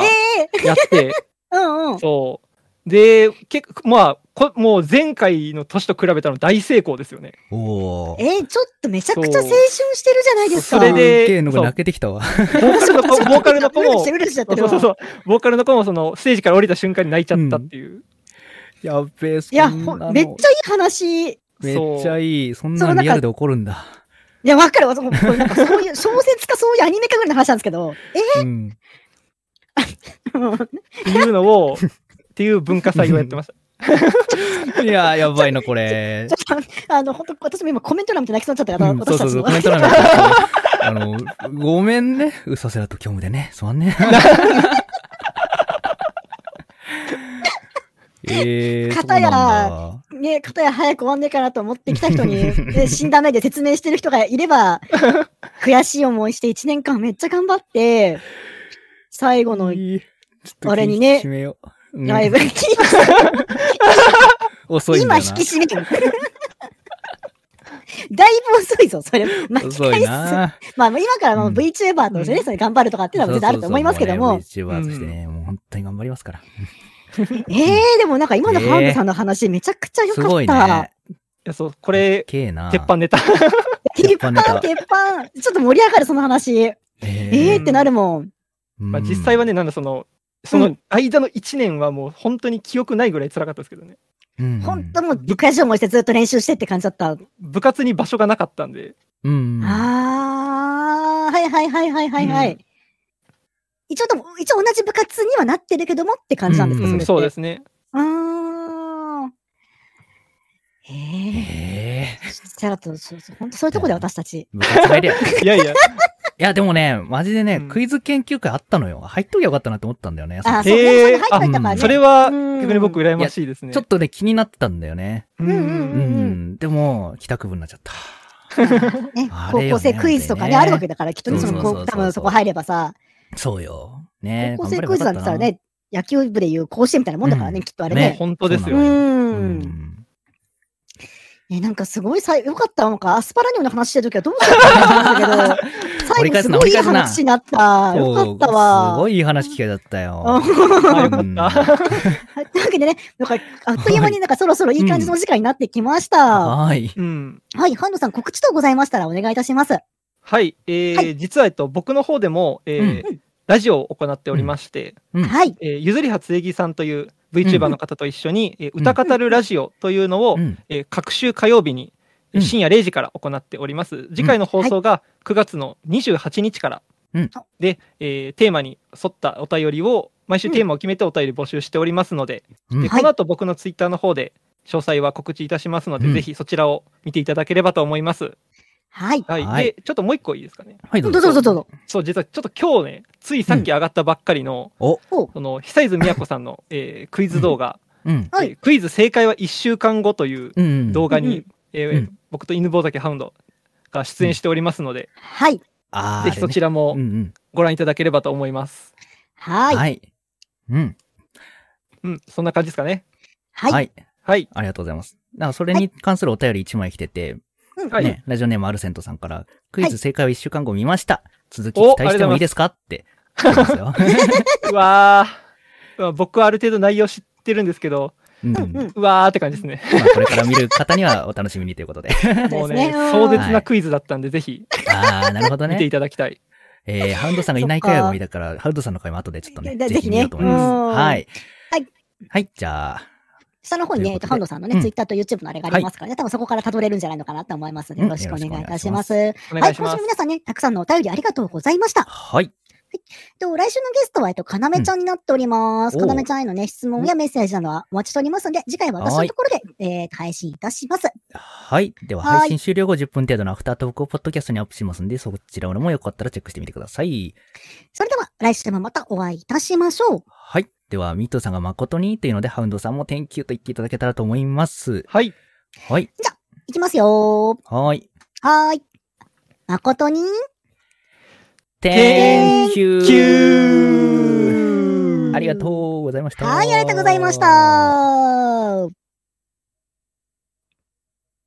え
やって、
えうんうん。
そう。で、結構、まあこ、もう前回の年と比べたの大成功です よね。
おー。
えー、ちょっとめちゃくちゃ青春してるじゃないですか。
それで
系のが泣けてきたわ。
ボーカルの子ボーカルの子も、
うるうるしちゃってる
そう
わ
そうそう、ボーカルの子もそのステージから降りた瞬間に泣いちゃったっていう。
やっべえ、そ
いや、
ん
ほ
なんの
めっちゃいい話。い
めっちゃ
い。
いい。そんなのリアルで怒るんだ。
や、わかるわ。これなんかそういう、小説かそういうアニメかぐらいの話なんです けど。
うん。
えー、もう
っていうのを、っていう文化祭をやって ました。
いや、やばいな、これ。
ちょっと、あの、本当私も今コメント欄見て泣きそうになっちゃったから、
うん、そう
私
そ
た
う
ち
そう、
の
コメント欄が。あの、ごめんね。嘘せらと虚無でね。すまんね。 えー、そう
片や
なんだ。
ね、片や早く終わんねえかなと思ってきた人に、ね死んだ目で説明してる人がいれ ば、悔しい思いして1年間めっちゃ頑張って、最後の
いいちょっと
あれにね
気締めよう。うん
ライブ、
遅いんだ
今
な。
引き締めてる。 だいぶ遅いぞ、それ。巻き
遅
返
い
す。
な。
まあ、今からの
うん
VTuber としてね、それ頑張るとかっていうのは別にあると思いますけども。
そうそうそうもうね VTuber としてね、もう本当に頑張りますから。
ええー、でもなんか今のハーブさんの話、めちゃくちゃ良
す
か
ご
っ
い
た
ね。。
いや、そう、これ、
けえな。
鉄板。ネタ。
鉄板、
ネタ
鉄板。ちょっと盛り上がる、その話。ええ
え
ーってなるもん。
まあ実際は
ね、
ね、なんだその、そうの
ん
間の1年はもう本当に記憶ないぐらい辛かったですけどね。
うん
ほんともう、悔しい思いしてずっと練習してって感じだった。
部活に場所がなかったんで。
うん。
あー、はいはいはいはいはいは
う
い。一応でも、一応同じ部活にはなってるけどもって感じなんですか、
うん
それって。
そうで。すね。
うーん。ええ
ええ
ー、そしたらと、そうそう、本当そういうとこで私たち。
部活入れよ。
いやいや、
いや、でもね、マジでね、
うん
クイズ研究会あったのよ。入っときゃよかったなって思ったんだよね。
あー、
そ
そ
の
う、
へ
ね、そういうの入っとい
ー
たから
あ
ね。
それは
うん
逆に僕羨ましいですね。
ちょっとね、気になってたんだよね。
う
うん
うん
うん
ん。
うん
でも、帰宅部になっちゃった。
ね
あ、
高
れよ
校
ね
生クイズとか
本当にね
ね、あるわけだから、きっとね、その、
そう
こ
そうそうそう
う多分そこ入ればさ、
そうよ。ね
高校生クイズなんてさ、ね、野球部でいう甲子園みたいなもんだから
う
ね、
ん
きっとあれ
ね
ね。
本当です
う。
そうな
よ。
頑張ればよかったなうんん
え、なんかすごいさ、よかったのか、アスパラニオの話してるときはどうし たのかなと思ったけど、最後すごいいい話になった。よかった
そう
わ。
すごいいい話聞けだったよ。
よ
うん
かった。
はい というわけでね、なんか、あっという間になんかそろそろいい感じのお時間になってきました。は
はい。
うん。
い、ハンドさん告知等ございましたらお願いいたします。
はい。えー
はい
実は、えっと、僕の方でも、えーラジオを行っておりまして、
うん
はい。
えーゆずりはつえぎさんという VTuber の方と一緒に、えー
ん
歌語るラジオというのを、
うん
えー各週火曜日に、え
う
ー
ん
深夜0時から行っております。次回の放送が9月の28日から、
うん
で、えーテーマに沿ったお便りを、毎週テーマを決めてお便り募集しておりますので、
うん
で
はい
この後僕のツイッターの方で詳細は告知いたしますので、
うん
ぜひそちらを見ていただければと思います。
はい。
はい。
はい
で、ちょっともう一個いいですかね。
はい、
どうぞどうぞどうぞ。
そう、実はちょっと今日ね、ついさっき上がったばっかりの、
お、
おう
その、久泉美子さんの、えークイズ動画、
うん。
はい
えークイズ正解は1週間後という
うん。
動画に、
うん
えー
うん
僕と犬坊崎ハウンドが出演しておりますので、
はい。
あ
ぜひそち
ら
らも
うんうん。
ご覧いただければと思います。
はい。
は
はい。
い。うん。
うん、そんな感じですかね。
は
はい。
い。
はい。
ありがとうございます。なんかそれに関するお便り1枚来てて、
はい。
ね、ラジオネームアルセントさんから、クイ
は
ズ正解を1週間後見ました。続き
お
期待してもいいですかって。来てますよ
うわー。まあ僕はある程度内容知ってるんですけど、
うん。
うんうん。
うわーって感じですね。
まあ、これから見る方にはお楽しみにということで。
も
そううですね
ね、壮絶なクイズだったんで、ぜひ
ああ、なるほど
見て
ね
い。ただきたい。
えー、ハウンドさんがいない回は無理だから、ハウンドさんの回も後でちょっとね、
で
ぜ
ぜ
ひ
ひ
見
ね
ようと思います。
うん
はい。
はい。
はい、じゃあ、
下の方に
という
ね、え
ことで
っと、ハンドさんの
う
ね、
ん
ツイッターと YouTube のあれがありますからね、多分そこから辿れるんじゃないのかなと思います
う
ので、
ん
よろしくお願いいたします。
お
は
願
い、
いし
今週
ま
も
す。
皆さんね、たくさんのお便りありがとうございました。
はい。
と、来週のゲストは、えっと、かなめちゃんになっております。
うん
かなめちゃんへのね、質問やメッセージなどはお待ちしておりますので、次回は私
は
の
い
ところで、えー、配信いたします。
はい。では、
は
配
い
信終了後10分程度のアフタートークをポッドキャストにアップしますんで、そちらのもよかったらチェックしてみてください。
それでは、来週もまたお会いいたしましょう。
はい。では、ミートさんが誠にというので、ハウンドさんも Thank you と言っていただけたらと思います。
はい。
はい。
いきますよ
はい。
ー。はーい。誠に、
Thank you! ありが
う。
とうございました。
はい、ありがとうございまし。た。